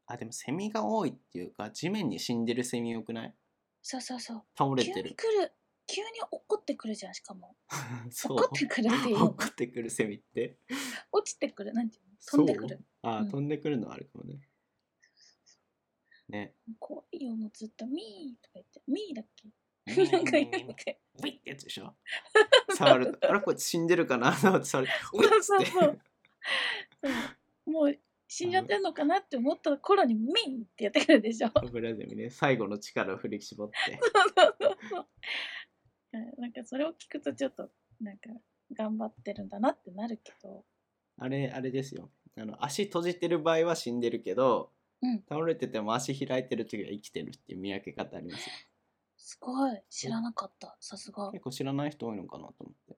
A: あでもセミが多いっていうか地面に死んでるセミ多くない
B: そうそうそう。
A: 倒れ
B: 急に
A: て
B: 来
A: る
B: る。急に怒ってくるじゃん、しかも。
A: [laughs] そう
B: 怒ってくるっていうの。
A: 怒ってくるセミって
B: 落ちてくる。なんていうの飛んでく
A: そ
B: る。
A: うあ、
B: うん
A: 飛んでくるのはあるかもねね
B: 怖いよ、もうずっとミーとか言って。ミーだっけ
A: ね
B: [laughs] なんか言うみたい。
A: ウィッってやつでしょ [laughs] 触るとあれこいつ死んでるかなと思って触るとウィッ
B: [laughs] そ
A: っ
B: うそう
A: つ
B: そ
A: っ
B: う。そうもう死んじゃってんのかなって思った頃にミーってやってくるでしょ。 [laughs]
A: てブラゼミね最後の力を振り絞って
B: そうそうそうなんかそれを聞くとちょっとなんか頑張ってるんだなってなるけど
A: あれあれですよあの足閉じてる場合は死んでるけど、
B: うん
A: 倒れてても足開いてる時は生きてるっていう見分け方ありますよ
B: すごい知らなかったさすが
A: 結構知らない人多いのかなと思って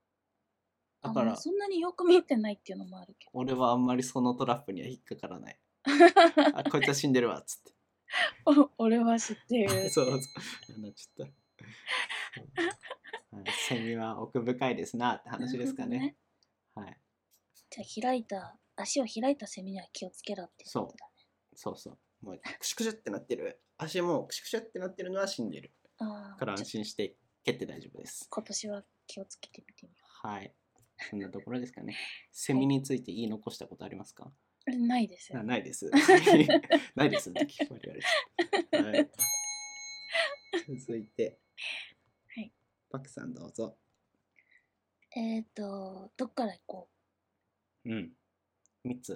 A: だ
B: あ
A: か
B: の
A: ら
B: そんなによく見てないっていうのもあるけど [laughs]
A: 俺はあんまりそのトラップには引っかからないあこいつは死んでるわっつっ
B: お俺は知って
A: て
B: る
A: [laughs] そうそうあのちょっと [laughs] はいセミは奥深いですなって話ですか
B: なるほど
A: ねはい
B: じゃあ開いた足を開いたセミには気をつけろっていうことだね
A: そうそう。もうクシュクシュってなってる。足もクシュクシュってなってるのは死んでる。
B: あ
A: か
B: あ
A: ら安心して蹴って大丈夫です。
B: 今年は気をつけてみてみよ
A: はい。そんなところですか [laughs] ね。セミについて言い残したことありますか、
B: うえないですよ
A: あ
B: ね
A: ない [laughs] です。ないですって聞こえるあれはい。続いて。
B: はい。
A: パクさんどうぞ。
B: えっ、ー、とどっから行こ
A: うん。3つ。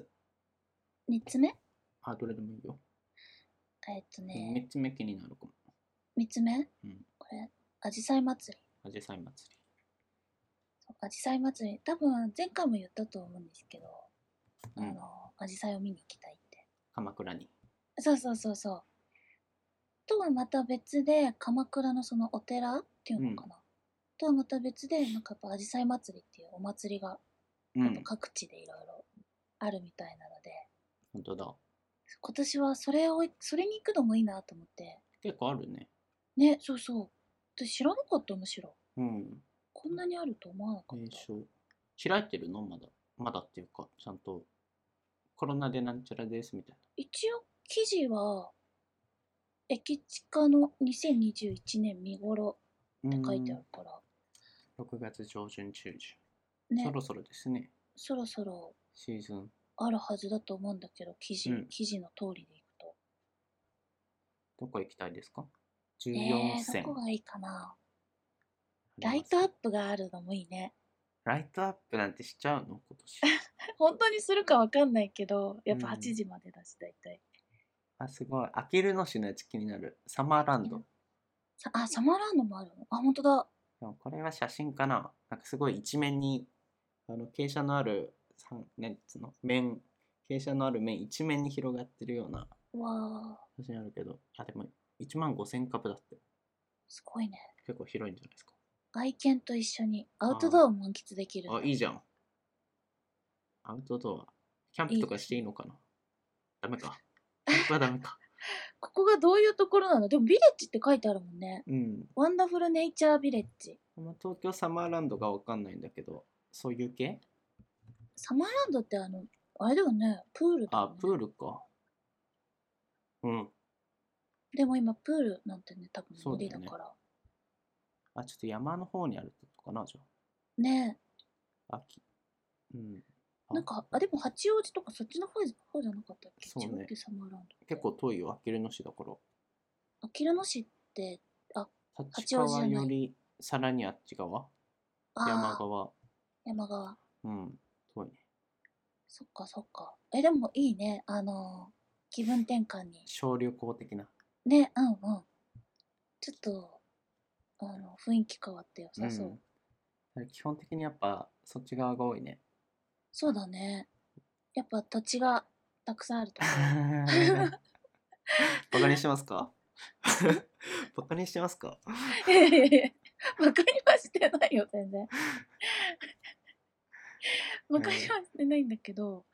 B: う3つ目
A: あ、どれでもいいよ。
B: えっ、とね
A: 3つ目気になるかも。
B: 3つ目、
A: うん
B: これアジサイ祭り
A: アジサイ祭
B: アジサイ祭り多分前回も言ったと思うんですけど、
A: り。う
B: あ
A: ん
B: の。アジサイを見に行きたいって
A: 鎌倉に。
B: そうそうそうそうとはまた別で鎌倉のそのお寺っていうのかな、とはまた別でなんかやっぱアジサイ祭りっていうお祭りが
A: う
B: やっぱ
A: ん。
B: 各地でいろいろあるみたいなので、
A: 本当だ。
B: 今年はそれをそれに行くのもいいなと思って
A: 結構あるね。
B: ねそうそう私知らなかったむしろ
A: うん。
B: こんなにあると思わなかっ
A: 名
B: た、
A: 称開いてるのまだまだっていうかちゃんとコロナでなんちゃらですみたい
B: 一応記事は駅地下の2021年見頃っ
A: な
B: て書いてあるから、
A: うん6月上旬中旬、そ
B: ね
A: ろそろですね
B: そろそろ
A: シーズン
B: あるはずだと思うんだけど記事、
A: うん
B: 記事の通りでいくと
A: どこ行きたいですか
B: ね
A: ?14
B: え、
A: 線、
B: どこがいいかな。
A: あ
B: ラ
A: り
B: イ
A: ます
B: トアップがあるのもいいね。
A: ライトアップなんてしちゃうの今
B: [laughs]
A: 年
B: 本当にするかわかんないけど、やっぱ
A: うん
B: 8時までだし、大体。
A: あすごいあきる野市のやつ気になるサマーランド
B: うさあ、サマーランドもあるのあ、本当だ。
A: でもこれは写真かななんかすごい一面にあの傾斜のあるさんなんつうの面傾斜のある面一面に広がってるような
B: うわあ、
A: 写真あるけどあでも1万5000株だって
B: すごいね。
A: 結構広いんじゃないですか
B: 愛犬と一緒にアウトドアを満喫できるんだ。
A: あいいじゃんアウトドアキャンプとかしていいのかなダメかキャンプはダメ
B: [laughs]
A: か
B: ここがどういうところなのでもビレッジって書いてあるもんね。
A: うん
B: ワンダフルネイチャービレッジ。
A: あんま東京サマーランドがわかんないんだけどそういう系
B: サマーランドってあの、あれだよね、プールだよ
A: あ
B: ね、
A: プールかうん
B: でも今プールなんてね、多分
A: そう
B: 無
A: だ
B: 理
A: よね
B: だから。
A: あちょっと山の方にあるってことかなじゃあ
B: ね
A: 秋。うん。
B: え、なんか、あ、でも八王子とかそっちの方じ方じゃなかったっけ
A: そうね
B: 違っけサマーランド。
A: 結構遠いよ、あきる野市だから。
B: あきる野市って、
A: 立川
B: 八王
A: よ
B: 子じ
A: りさらにあっち側
B: あー
A: 山側。
B: 山側。
A: うん。遠いね。
B: そっかそっか。え、でもいいね。あのー気分転換に。
A: 小旅行的な。
B: ね、うんうん。ちょっと、あの、雰囲気変わって良さそう。
A: ん。だから基本的にやっぱそっち側が多い
B: [laughs]
A: ね。
B: そうだね。やっぱ土地がたくさんあるとこ
A: [laughs] バカにしてますか [laughs] バカにしてますか
B: ろ。いやいやいや、バカにはしてないよ、全
A: [laughs]
B: 然。バカにはしてないんだけど、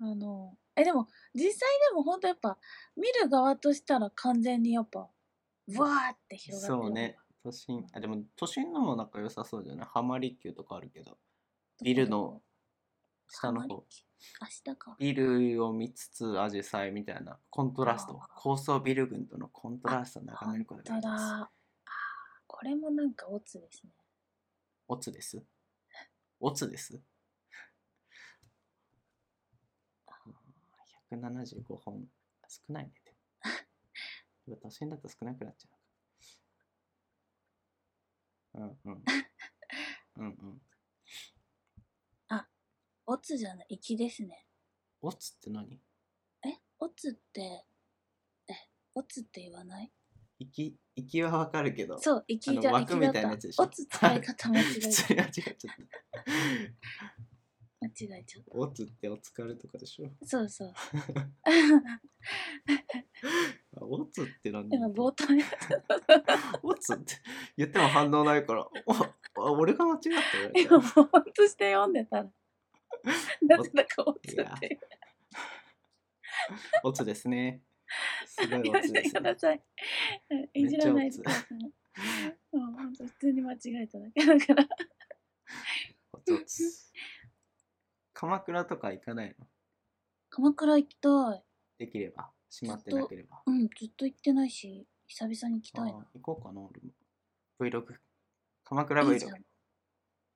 B: あの、え、でも、実際でも本当やっぱ、見る側としたら完全にやっぱ、わーって広がってる。
A: そうね。。都心、あ、でも都心のもなんか良さそうじゃない浜離宮とかあるけど。ビルの下の方。
B: あ。下か。
A: ビルを見つつアジサイみたいなコントラスト
B: あー
A: 高層ビル群とのコントラストを眺め
B: 本
A: ること
B: 当
A: ができ
B: だ。
A: ます
B: あーこれもなんかオツですね。
A: オツですオツですあー175本少ないねでもでも都心だと少なくなっちゃうのかうんうんうんうん
B: オツじゃない、粋ですね。
A: オツって何
B: え、オツって、え、オツって言わない
A: 行き行きはわかるけど
B: そう、粋じ
A: あ
B: ゃ
A: の枠
B: 粋だ
A: み
B: った
A: いな
B: た
A: やつで。しょ
B: オツ使い方間違
A: 普
B: えちゃ
A: 通 [laughs] に間違っちゃった [laughs]
B: 間違えちゃっ
A: オツってお疲れとかでしょ
B: た。そうそう。
A: あオツって何
B: 今冒頭に。
A: オツって言っても反応ないからおお俺が間違ったよ
B: 今ぼーっとして読
A: [laughs]
B: んでたら。なぜだかオツっていう
A: オツですねすごい
B: 言
A: オ
B: わ
A: ツ
B: せ
A: で
B: て
A: す
B: く
A: ね
B: ださい。いじらないでください。うんほんと普通に間違えただけだから。
A: オツオツ鎌倉とか行かないの
B: 鎌倉行きたい。
A: できれば閉まってなければ
B: うん、ずっと行ってないし、久々に行きたい
A: あ
B: な。
A: 行こうかな俺も Vlog 鎌倉 Vlog
B: いいじゃん。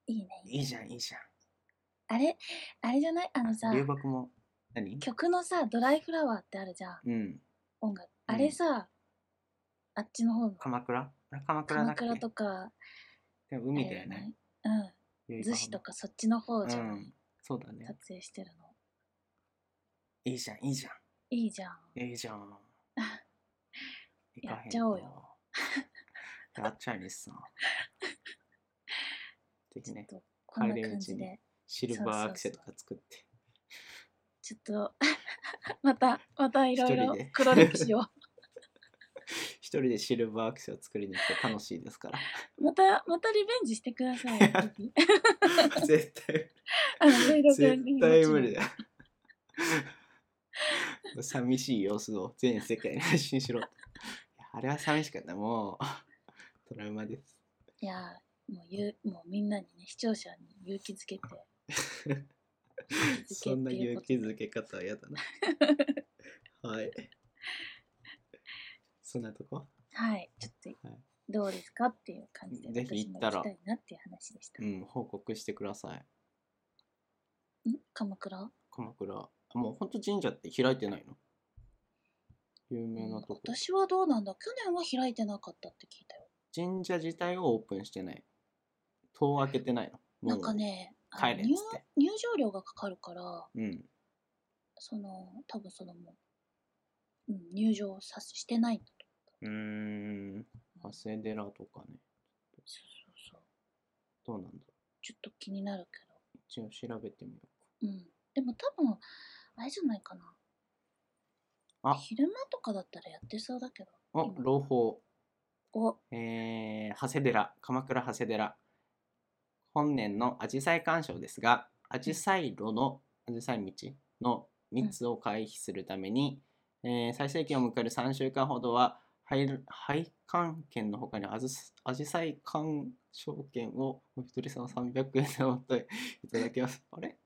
B: いいね。
A: いいじゃんいいじゃ
B: あれ、あれじゃないあのさ
A: ん、留学も何
B: 曲のさ、ドライフラワーってあるじゃん。
A: うん
B: 音楽。あれさ、あっちの方の
A: 鎌倉あ鎌倉だっ
B: 鎌
A: け
B: 倉とか、
A: でも海だよ
B: あれ
A: ね
B: じゃない。うん。逗
A: 逗
B: 子とかそっちの方じゃ
A: う
B: ない、
A: ん、そうだね
B: 撮影してるの。
A: いいじゃん、いいじゃ
B: いいじゃん。
A: ん、いいじゃん。行かへんと
B: やっちゃおうよ。
A: やっちゃいですな。ぜひ
B: ちょっ
A: ね、
B: と、こんな感じで。
A: シル
B: そうそ
A: バ
B: うそ
A: ー
B: う
A: アクセとか作って。
B: ちょっと、 [laughs] また、またいろい
A: 一
B: ろ
A: 人で
B: 黒歴史を。 [laughs]
A: 一人でシルバーアクセを作りに行って楽しいですから。
B: また、またリベンジしてください。ぜひ
A: 絶対、
B: あの、Vlog
A: [laughs]
B: に
A: 絶
B: もち
A: 対
B: ろん
A: 無理だよ。寂しい様子を全世界に配信しろって。いやあれは寂しかった、もう。トラウマです。
B: いやーもうゆうもうみんなにね視聴者に勇気づけて勇気づけ
A: そんな
B: っていう
A: 勇
B: こと
A: 気づけ方は嫌だな。はい。そんなとこ
B: はいちょっと、
A: はい
B: どうですかっていう感じで
A: ぜひ
B: 私
A: 行
B: も
A: った
B: 行
A: ら
B: きたいなっていう話でした、
A: うん、報告してください。
B: ん鎌倉
A: 鎌倉。もうほんと神社って開いてないの有名なとこ。
B: 私はどうなんだ去年は開いてなかったって聞いたよ。
A: 神社自体をオープンしてない。戸を開けてないの。
B: なんか。ね、あ
A: 帰
B: の
A: れっ
B: 入
A: つって
B: 入場料がかかるから、
A: うん。
B: その、多分そのもう、うん、入場さしてないんだと。
A: うーん。長谷寺とかね。
B: そうそうそう。
A: どうなんだろう。
B: ちょっと気になるけど。
A: 一応調べてみよ
B: うん。でも多分、あれじゃないかな。
A: あ
B: 昼間とかだったらやってそうだけど。
A: うか。お、朗報。
B: お、
A: えー、長谷寺、鎌倉長谷寺。本年の紫陽花鑑賞ですが、紫陽花路の、紫陽花道の密を回避するために、えー最盛期を迎える3週間ほどは、拝拝観券のほかにあず紫陽花鑑賞券をお一人様300円でお渡しいただけます。あれ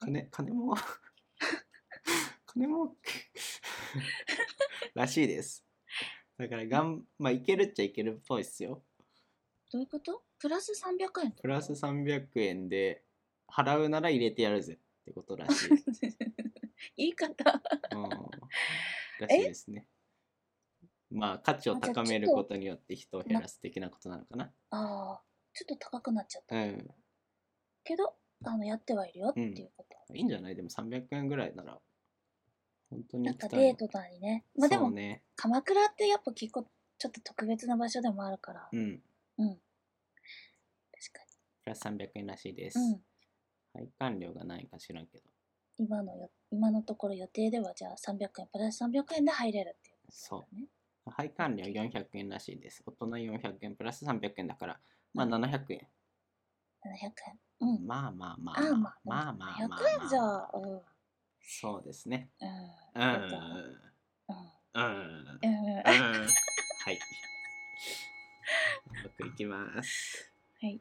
A: 金、金も、 [laughs] 金も、 [laughs] らしいです。だからがん、まあ、いけるっちゃいけるっぽいっすよ。
B: どういうことプラス300円ってこと
A: プラス300円で払うなら入れてやるぜってことら
B: [laughs]
A: しい。 [laughs]
B: 言い方。
A: うん、らしいですね。まあ価値を高めることによって人を減らす的なことなのかな。
B: ああ、ちょっと高くなっちゃった
A: うん。
B: けど、あの、やってはいるよっていうこと。
A: いいんじゃないでも300円ぐらいなら。本当に
B: な
A: 行
B: ん
A: き
B: か
A: たい
B: デートだりね。まあで
A: そ
B: も、
A: うね。
B: 鎌倉ってやっぱ結構ちょっと特別な場所でもあるから、
A: うん。プ
B: 確か
A: ラス300円らしいです。
B: に。うん。
A: 配管料がないか知らんけど。
B: 今のよ、今のところ予定ではじゃあ300円、プラス300円で入れるっていうことだね。
A: 配管料400円らしいです。大人400円プラス300円だから、まあ700円。
B: 700円。うん。
A: まあまあまあ
B: あ
A: ま
B: あまあ、
A: あまあまあまあ
B: 100円じゃ、うん。うん。
A: そうですね。うん。う
B: うん
A: う
B: ん。
A: ん。
B: うん。うん。は
A: はい。僕いきます。
B: い。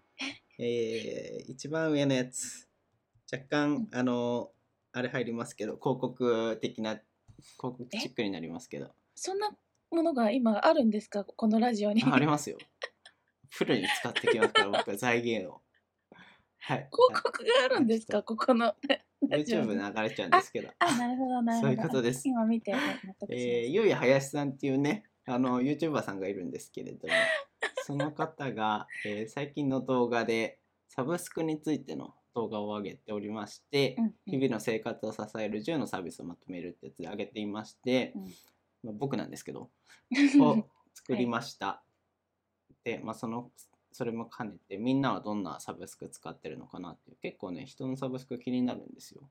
A: えー、一番上のやつ。若干、あの、あれ入りますけど、広告的な、広告チックになりますけど。
B: そんなものが今あるんですかこのラジオに。
A: あありますよ。フルに使ってきますから、僕は財源を。はい。
B: 広告があるんですかここの。
A: はい
B: ラジオ
A: YouTube 流れちゃうんですけど。
B: あ、なるほど、なる
A: そ
B: ほど。
A: ういうことです
B: 今見て、はい納得しました
A: えー、ゆうやはやしさんっていうねあの YouTuber さんがいるんですけれど
B: [laughs]
A: もその方が、えー最近の動画でサブスクについての動画を上げておりまして、
B: うん
A: 日々の生活を支える10のサービスをまとめるってやつで上げていまして、
B: うん
A: まあ、僕なんですけ
B: [laughs]
A: ど
B: う
A: を
B: ん
A: 作りました。で、まあ、そのそれも兼ねてみんなはどんなサブスク使ってるのかなっていう結構ね人のサブスク気になるんですよ。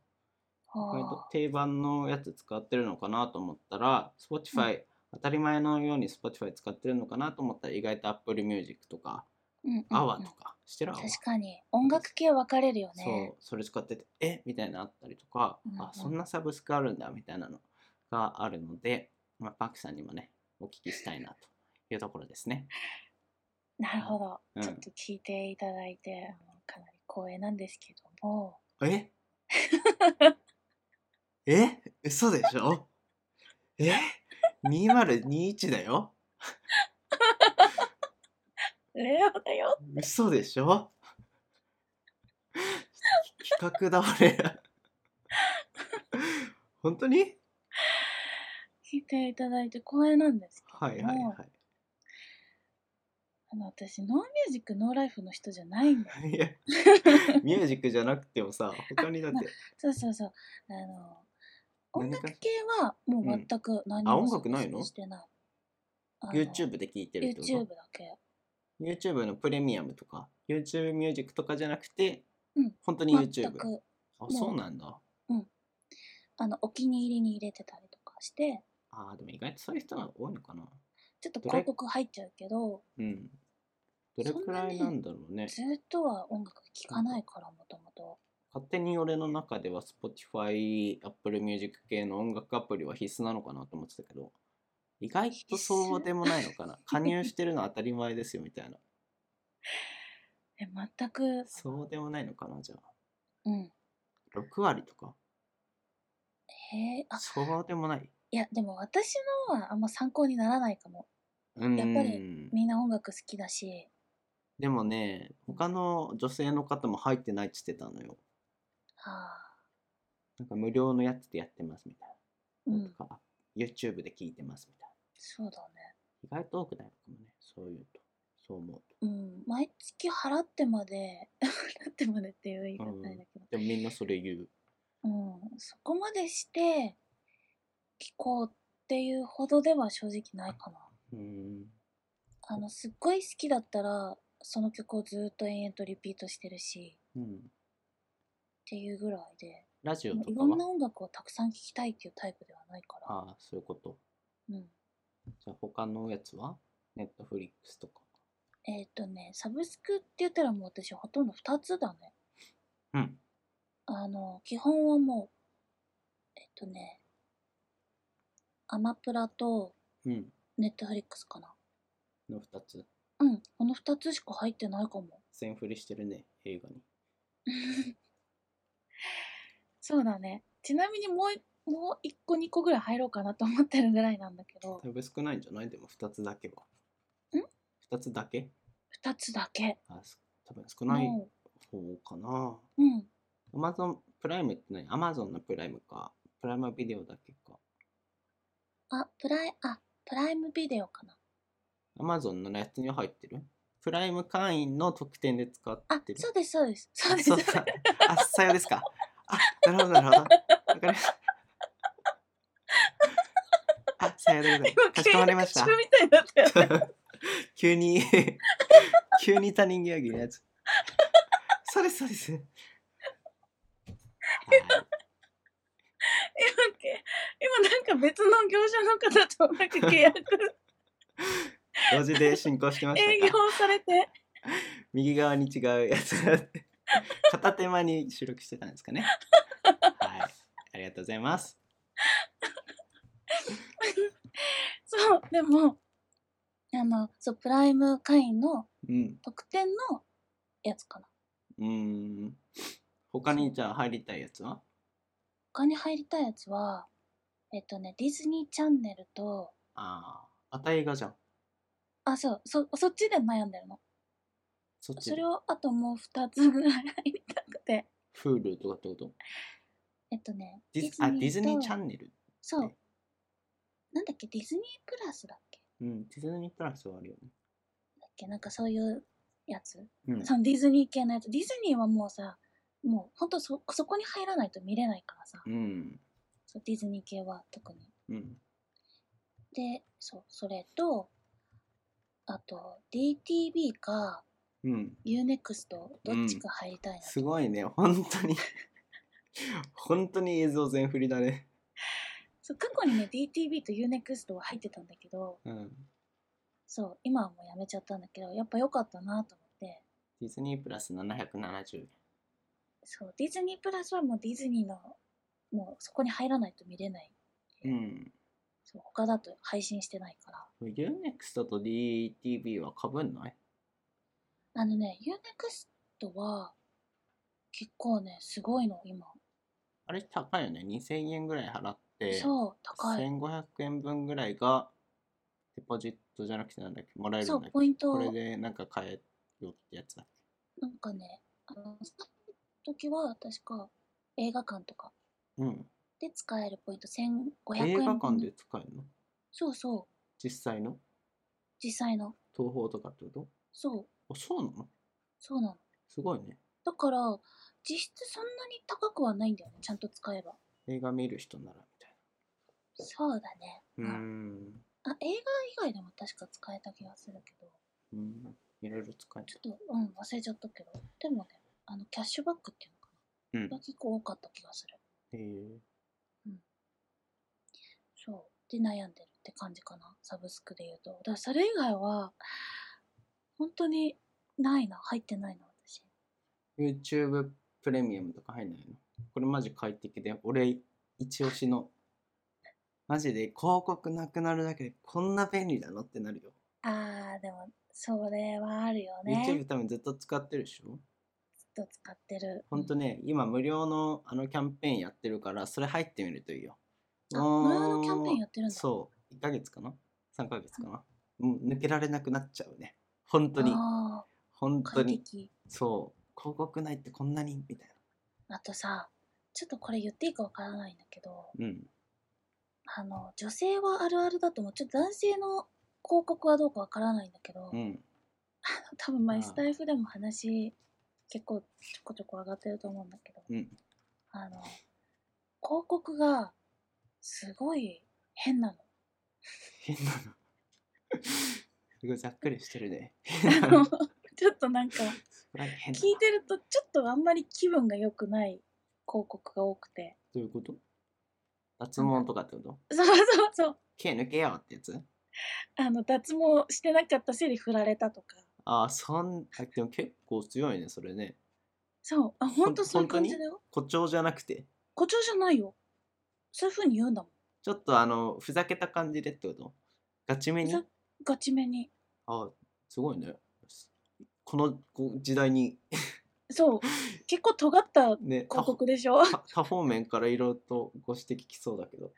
A: 割と
B: は
A: 定番のやつ使ってるのかなと思ったら Spotify、当たり前のように Spotify 使ってるのかなと思ったら意外と Apple Music とか
B: あうんうんうん
A: AWA とかしてる AWA、
B: 確かに音楽系分かれるよね
A: そうそれ使っててえみたいなのあったりとか、
B: うんうん
A: あそんなサブスクあるんだみたいなのがあるので、まあ、パクさんにもねお聞きしたいなというところですね。
B: なるほど、
A: うん
B: ちょっと聞いていただいてあのかなり光栄なんですけども [laughs]
A: ええ嘘でしょえ ?2021 だよ
B: レオだよ
A: 嘘でしょ企画だ俺本当に
B: 聞いていただいて光栄なんですけども、
A: はいはいは
B: あの私ノーミュージックノーライフの人じゃないんだよ
A: い。いや、ミュージックじゃなくてもさ、他にだ
B: [laughs]
A: って、
B: そうそうそうあの音
A: 何か
B: 楽系はもう全く何
A: あ
B: も
A: 音楽ないの
B: してない、あの
A: YouTube で聴いてるってこ
B: YouTube
A: と
B: だけ
A: ?YouTube のプレミアムとか、YouTube ミュージックとかじゃなくて、
B: うん
A: 本当に
B: 全
A: YouTube。
B: く
A: あ、そうなんだ。
B: あのお気に入りに入れてたりとかして
A: あー、でも意外とそういう人が多いのかな。
B: ちょっと
A: どれ
B: 広告入っちゃうけど
A: うん。どれくらいなんだろうね。
B: ずーっとは音楽聴かないからもともと
A: 勝手に俺の中では Spotify、Apple Music 系の音楽アプリは必須なのかなと思ってたけど、意外とそうでもないのかな。加入してるのは当たり前ですよみたい
B: [laughs]
A: な。
B: え全く
A: そうでもないのかな、じゃあ。
B: うん
A: 6割とか。
B: へえあ
A: そうでもない。
B: いやでも私のはあんま参考にならないかも
A: うー
B: やっぱり
A: ん。
B: みんな音楽好きだし
A: でもね、他の女性の方も入ってないって言ってたのよ。
B: ああ
A: なんか無料のやつでやってますみたい
B: う
A: な。
B: ん
A: なんとか YouTube で聞いてますみたい
B: そうだ
A: な。意外と多くない僕もね、そういうと、そう思うと。
B: ね。うん。毎月払ってまで、 [laughs] 払ってまでっていう言い方あれだけど、
A: でもみんなそれ言う。
B: うん。そこまでして、聞こうっていうほどでは正直ないかな。
A: うーん。
B: あの、すっごい好きだったら、その曲をずっと延々とリピートしてるし、
A: うん。
B: っていうぐらいで、
A: ラジオ
B: もう
A: と
B: い
A: か
B: ろんな
A: は
B: 音楽をたくさん聴きたいっていうタイプではないから。
A: ああ、そういうこと。
B: うん。
A: じゃあ他のやつは ?Netflix とか。
B: えっ、とね、サブスクって言ったらもう私ほとんど2つだね。
A: うん。
B: あの、基本はもう、えっ、とね、アマプラと
A: うん。
B: ネットフリックスかな。
A: の2つ。
B: うん、この2つしか入ってないかも。
A: 全振りしてるね、映画に。
B: そうだね。ちなみにもう、もう1個2個ぐらい入ろうかなと思ってるぐらいなんだけど
A: だ、いぶ少ないんじゃないでも2つだけは。
B: ん
A: ?2 つだけ
B: 2つだけ。
A: あす多分少ない
B: も
A: 方かな。
B: う、うん。
A: Amazon プライムって何 ?Amazon のプライムか。プライムビデオだけか。
B: あ、プライ、あ、プライムビデオかな。
A: Amazon のやつには入ってるプライム会員の特典で使
B: あ
A: って、る。
B: そうです、そうです。そうです。
A: あそうか。あ、さようですか。あ、なるほど、なるほど。わかりました。あ、さようでございます。かしこまりました
B: 契。約書みたいになったよね
A: 急に、 [laughs] 急に他人行儀のやつ。そうです、そうです。はい
B: 今け今なんか別の業者の方となんか
A: [laughs]
B: 契約
A: 同時で進行してまし
B: 営
A: たか
B: 業されて
A: 右側に違うやつだって片手間に収録してたんですかねはいありがとうございます
B: そうでもあのそうプライム会員の
A: うん
B: 特典のやつかな
A: うーん他にじゃあ入りたいやつは
B: 他に入りたいやつはえっとねディズニーチャンネルと
A: あああた映画じゃん
B: あそうそそっちで悩んでるの
A: そっち
B: それをあともう2つぐらい入りたくて
A: Hulu とかってこと
B: えっとね
A: ディズあディズニー
B: と
A: チャンネル
B: そうなんだっけディズニープラスだっけ
A: うんディズニープラスはあるよね
B: だっけなんかそういうやつ
A: うん
B: そのディズニー系のやつディズニーはもうさもうほんとそそこに入らないと見れないからさ
A: うん
B: そうディズニー系は特に
A: うん
B: でそうそれとあと DTV か
A: うん、
B: UNEXT どっちか入りたいな、
A: すごいね本当に [laughs] 本当に映像全振りだね
B: そう過去にね DTV と UNEXT は入ってたんだけど
A: うん
B: そう今はもうやめちゃったんだけどやっぱ良かったなと思って
A: ディズニープラス770円
B: そうディズニープラスはもうディズニーのもうそこに入らないと見れない
A: うん
B: そう他だと配信してないから
A: UNEXT と DTV はかぶんない
B: あのね、UNEXT は結構ね、すごいの、今。
A: あれ高いよね2000円ぐらい払って
B: そう、高い。
A: 1500円分ぐらいがデポジットじゃなくてなんだっけもらえ
B: そ
A: る
B: うん
A: だっ、け
B: ポイン
A: こ
B: トを、な
A: れ
B: ん
A: でなんか買えよってやつだっ
B: かね、あの、その時は確か映画館とか
A: けうん
B: で使えるポイント1500円
A: 映
B: 分。
A: 画館で使えるの
B: そうそう、
A: 実際の
B: 実際の。
A: 東宝とかってこ
B: そう、
A: とあそうなの
B: そうなの。
A: すごいね
B: だから、実質そんなに高くはないんだよね、ちゃんと使えば。
A: 映画見る人ならみたい
B: そうだね。
A: なうーん
B: あ、映画以外でも確か使えた気がするけど、
A: うんいろいろ使え
B: ち
A: ち
B: ょっと、うん、忘れちゃったけど。でもね、あの、キャッシュバックっていうのかな。
A: ゃうん
B: が結構多かった気がする。
A: へえ
B: そう。で、悩んでるって感じかな。サブスクで言うと。だからそれ以外は、本当にないな。入ってないな、私。
A: YouTube プレミアムとか入んないのこれマジ快適で俺一押しのマジで広告なくなるだけでこんな便利だのってなるよ、
B: あー、でも、それはあるよね。
A: YouTube 多分ずっと使ってるでしょ
B: ずっと使ってる。
A: ほんと
B: に。
A: ね今無料のあのキャンペーンやってるからそれ入ってみるといいよ
B: あ、
A: もう
B: 無料のキャンペーンやってるんだ。う。
A: そう1ヶ月かな3ヶ月かな、もう抜けられなくなっちゃうね本当に
B: あ
A: 本
B: ー、
A: 当
B: 快
A: に
B: 適。
A: そう広告ないってこんなにみたい
B: あとさ、ちょっとこれ言っていいかわからないんだけど、
A: なうん
B: あの、女性はあるあるだと思う。ちょっと男性の広告はどうかわからないんだけど、
A: うん。
B: 多分前
A: あ
B: スタイフでも話、結構ちょこちょこ上がってると思うんだけど、
A: うん。
B: あの、広告がすごい
A: [laughs]
B: 変なの。
A: 変なの。 [laughs] すごいざっくりしてるね。
B: あのちょっとなんか、
A: すごい変だ
B: 聞いてるとちょっとあんまり気分が良くない広告が多くて。
A: どういうこと脱毛とかってこと
B: そうそうそう。
A: 毛抜けよってやつ
B: あの、脱毛してなかったせいで振られたとか。
A: ああ、そんあでも結構強いね、それね。
B: そう。あ、
A: ほん
B: 本当そういう感じ
A: 本当に
B: だよ。
A: 誇張じゃなくて、
B: 誇張じゃないよ。そういう風に言うんだもん。
A: ちょっとあの、ふざけた感じでってことガチめに
B: ふざガチめに。
A: ああ、すごいね。このこ時代に、 [laughs]
B: そう。結構尖った広
A: ね、多
B: 告でしょ
A: 多多方面からいろいろとご指摘きそうだけど、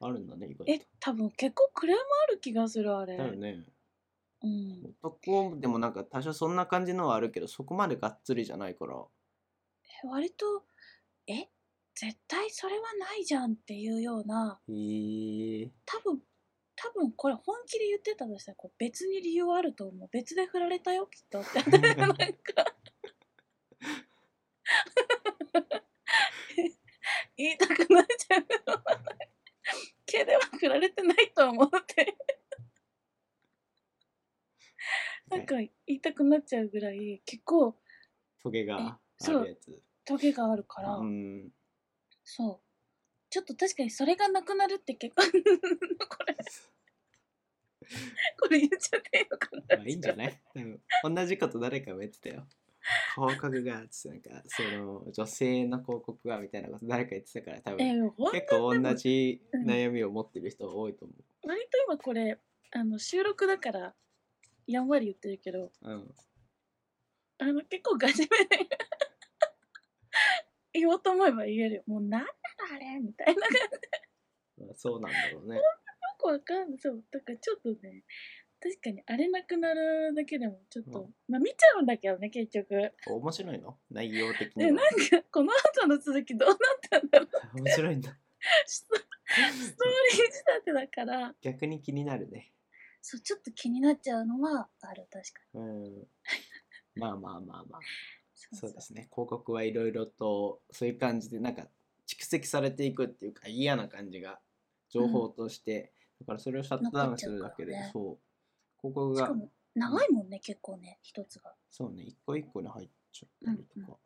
A: あるんだね、意外
B: え
A: と。、
B: 多分結構クレームある気がする、あれ。
A: だよね。
B: うん。
A: 男でもなんか多少そんな感じのはあるけど、そこまでがっつりじゃないから。
B: え割と、え、絶対それはないじゃんっていうような、
A: へ [laughs] え。
B: 多分多分これ本気で言ってたとしたらこう別に理由はあると思う別で振られたよきっとって [laughs] なんか言いたくなっちゃう毛では振られてないと思ってなんか言いたくなっちゃうぐらい結構
A: トゲが
B: え
A: あるやつ。
B: トゲがあるから、
A: うん。
B: そうちょっと確かにそれがなくなるって結構こ
A: [laughs]
B: れこれ言っちゃっていいのかな
A: まあいいんじゃない [laughs] 多分同じこと誰かも言ってたよ。広告がつってなんかその女性の広告がみたいなこと誰か言ってたから多分
B: えー、ほん
A: 結構同じ
B: うん
A: 悩みを持ってる人多いと思
B: 割と今これあの収録だからやんわり言ってるけど
A: う。うん。
B: あの結構ガチめで言おうと思えば言えるよもうなんだあれみたいな
A: まあ、そうなんだろうね。
B: よくわかんないそうだからちょっとね確かにあれなくなるだけでもちょっと、
A: う
B: まあ見ちゃうんだけどね結局
A: 面白いの内容的に
B: でなん
A: は
B: か。この後の続きどうなったんだろう
A: 面白いんだ。
B: ストストーリー仕立てだから
A: 逆に気になるね。
B: そうちょっと気になっちゃうのはある確か
A: うん。まあまあまあまあ。
B: に
A: そうですね。広告はいろいろとそういう感じでなんか蓄積されていくっていうか嫌な感じが情報として、だからそれをシャットダウンするだけで、
B: 残っちゃう
A: そう広告
B: し
A: が
B: かも長いもんね、結構ね一つが
A: そうね一個一個に入っちゃったり
B: うん
A: とか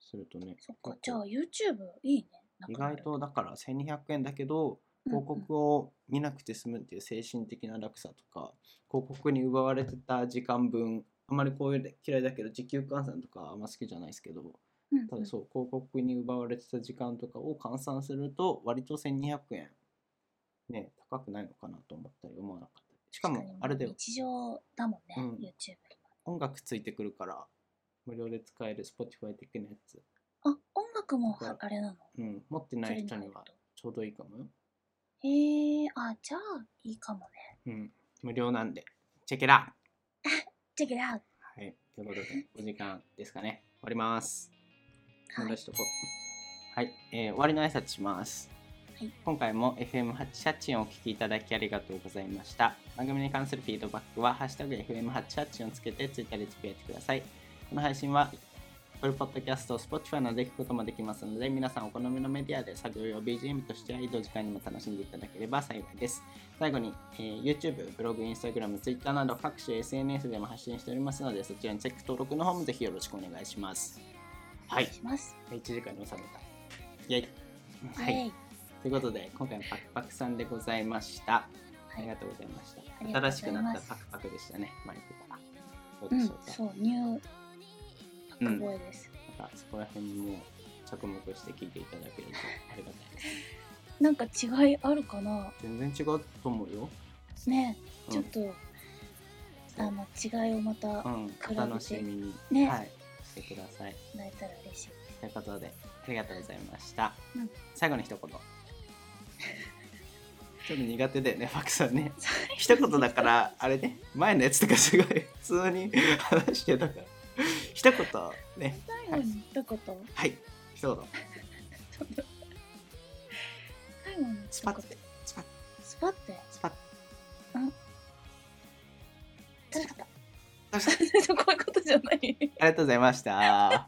A: するとね、
B: そっかじゃあ YouTube いいねな
A: 意
B: くなる
A: 外とだから1200円だけど
B: うんうん
A: 広告を見なくて済むっていう精神的な落差とか広告に奪われてた時間分あまりこういう嫌いだけど時給換算とかあんま好きじゃないですけど
B: うん
A: ただそう広告に奪われてた時間とかを換算すると割と1200円ね高くないのかなと思ったり思わなかったりしか
B: 確かに
A: もあれだよ
B: 日常だもんね、
A: うん
B: YouTube
A: 音楽ついてくるから無料で使える Spotify 的なやつ、
B: あ音楽も
A: だから
B: はあれなの
A: うん、持ってない
B: そ
A: 人
B: れ
A: に
B: に入
A: は
B: ると
A: ちょうどいいかもよ、
B: へえあじゃあいいかもね
A: うん、無料なんでチェケラ
B: チェックラウ
A: はいということでお時間ですかね終わります
B: ト
A: 戻しとこうはい、えー終わりの挨拶します、
B: はい
A: 今回も FM8 シャチンをお聞きいただきありがとうございました番組に関するフィードバックは「ハッシュタグ #FM8 シャチン」をつけてツイッターでつぶやいてくださいこの配信は Apple Podcast、Spotify などで聞くこともできますので皆さんお好みのメディアで作業用 BGM として移動時間にも楽しんでいただければ幸いです最後に、えー YouTube、ブログ、Instagram、Twitter など各種 SNS でも発信しておりますのでそちらにチェック登録の方もぜひよろしくお願いしますはい
B: します
A: 1時間に収めた。イェイ。は
B: イエ
A: い。
B: イ
A: ということで、今回はパクパクさんでございました。あ
B: い
A: りがとうございまし
B: あり
A: た。
B: がとうございます
A: 新しくなったパクパクでしたね、マイクが。どう
B: う
A: で
B: ん
A: しょうか。
B: そうニュー
A: う
B: パ
A: ん
B: クボーイです、
A: またそこら辺も着目して聞いていただけるとありがたいです。 [laughs]
B: なんか違いあるかな
A: 全然違うと思うよ。
B: ね
A: うん
B: ちょっと、あの違いをまた
A: う
B: も
A: ん。お楽しみに、
B: ね
A: はい、してください。
B: らえたら嬉しい
A: ということで、ありがとうございました。
B: うん
A: 最後
B: [laughs]
A: に一言。ちょっと苦手だよね、パクさんね。一言だからあれね前のやつとかすごい普通に話してたから一言ね
B: 最後に一言、
A: はい一言
B: 最後に一
A: スパッ
B: 言
A: てスパッ
B: パって。
A: スパッ
C: 楽しかった。
B: こういうことじゃない。
A: あ
B: [laughs]
A: りがとうございました。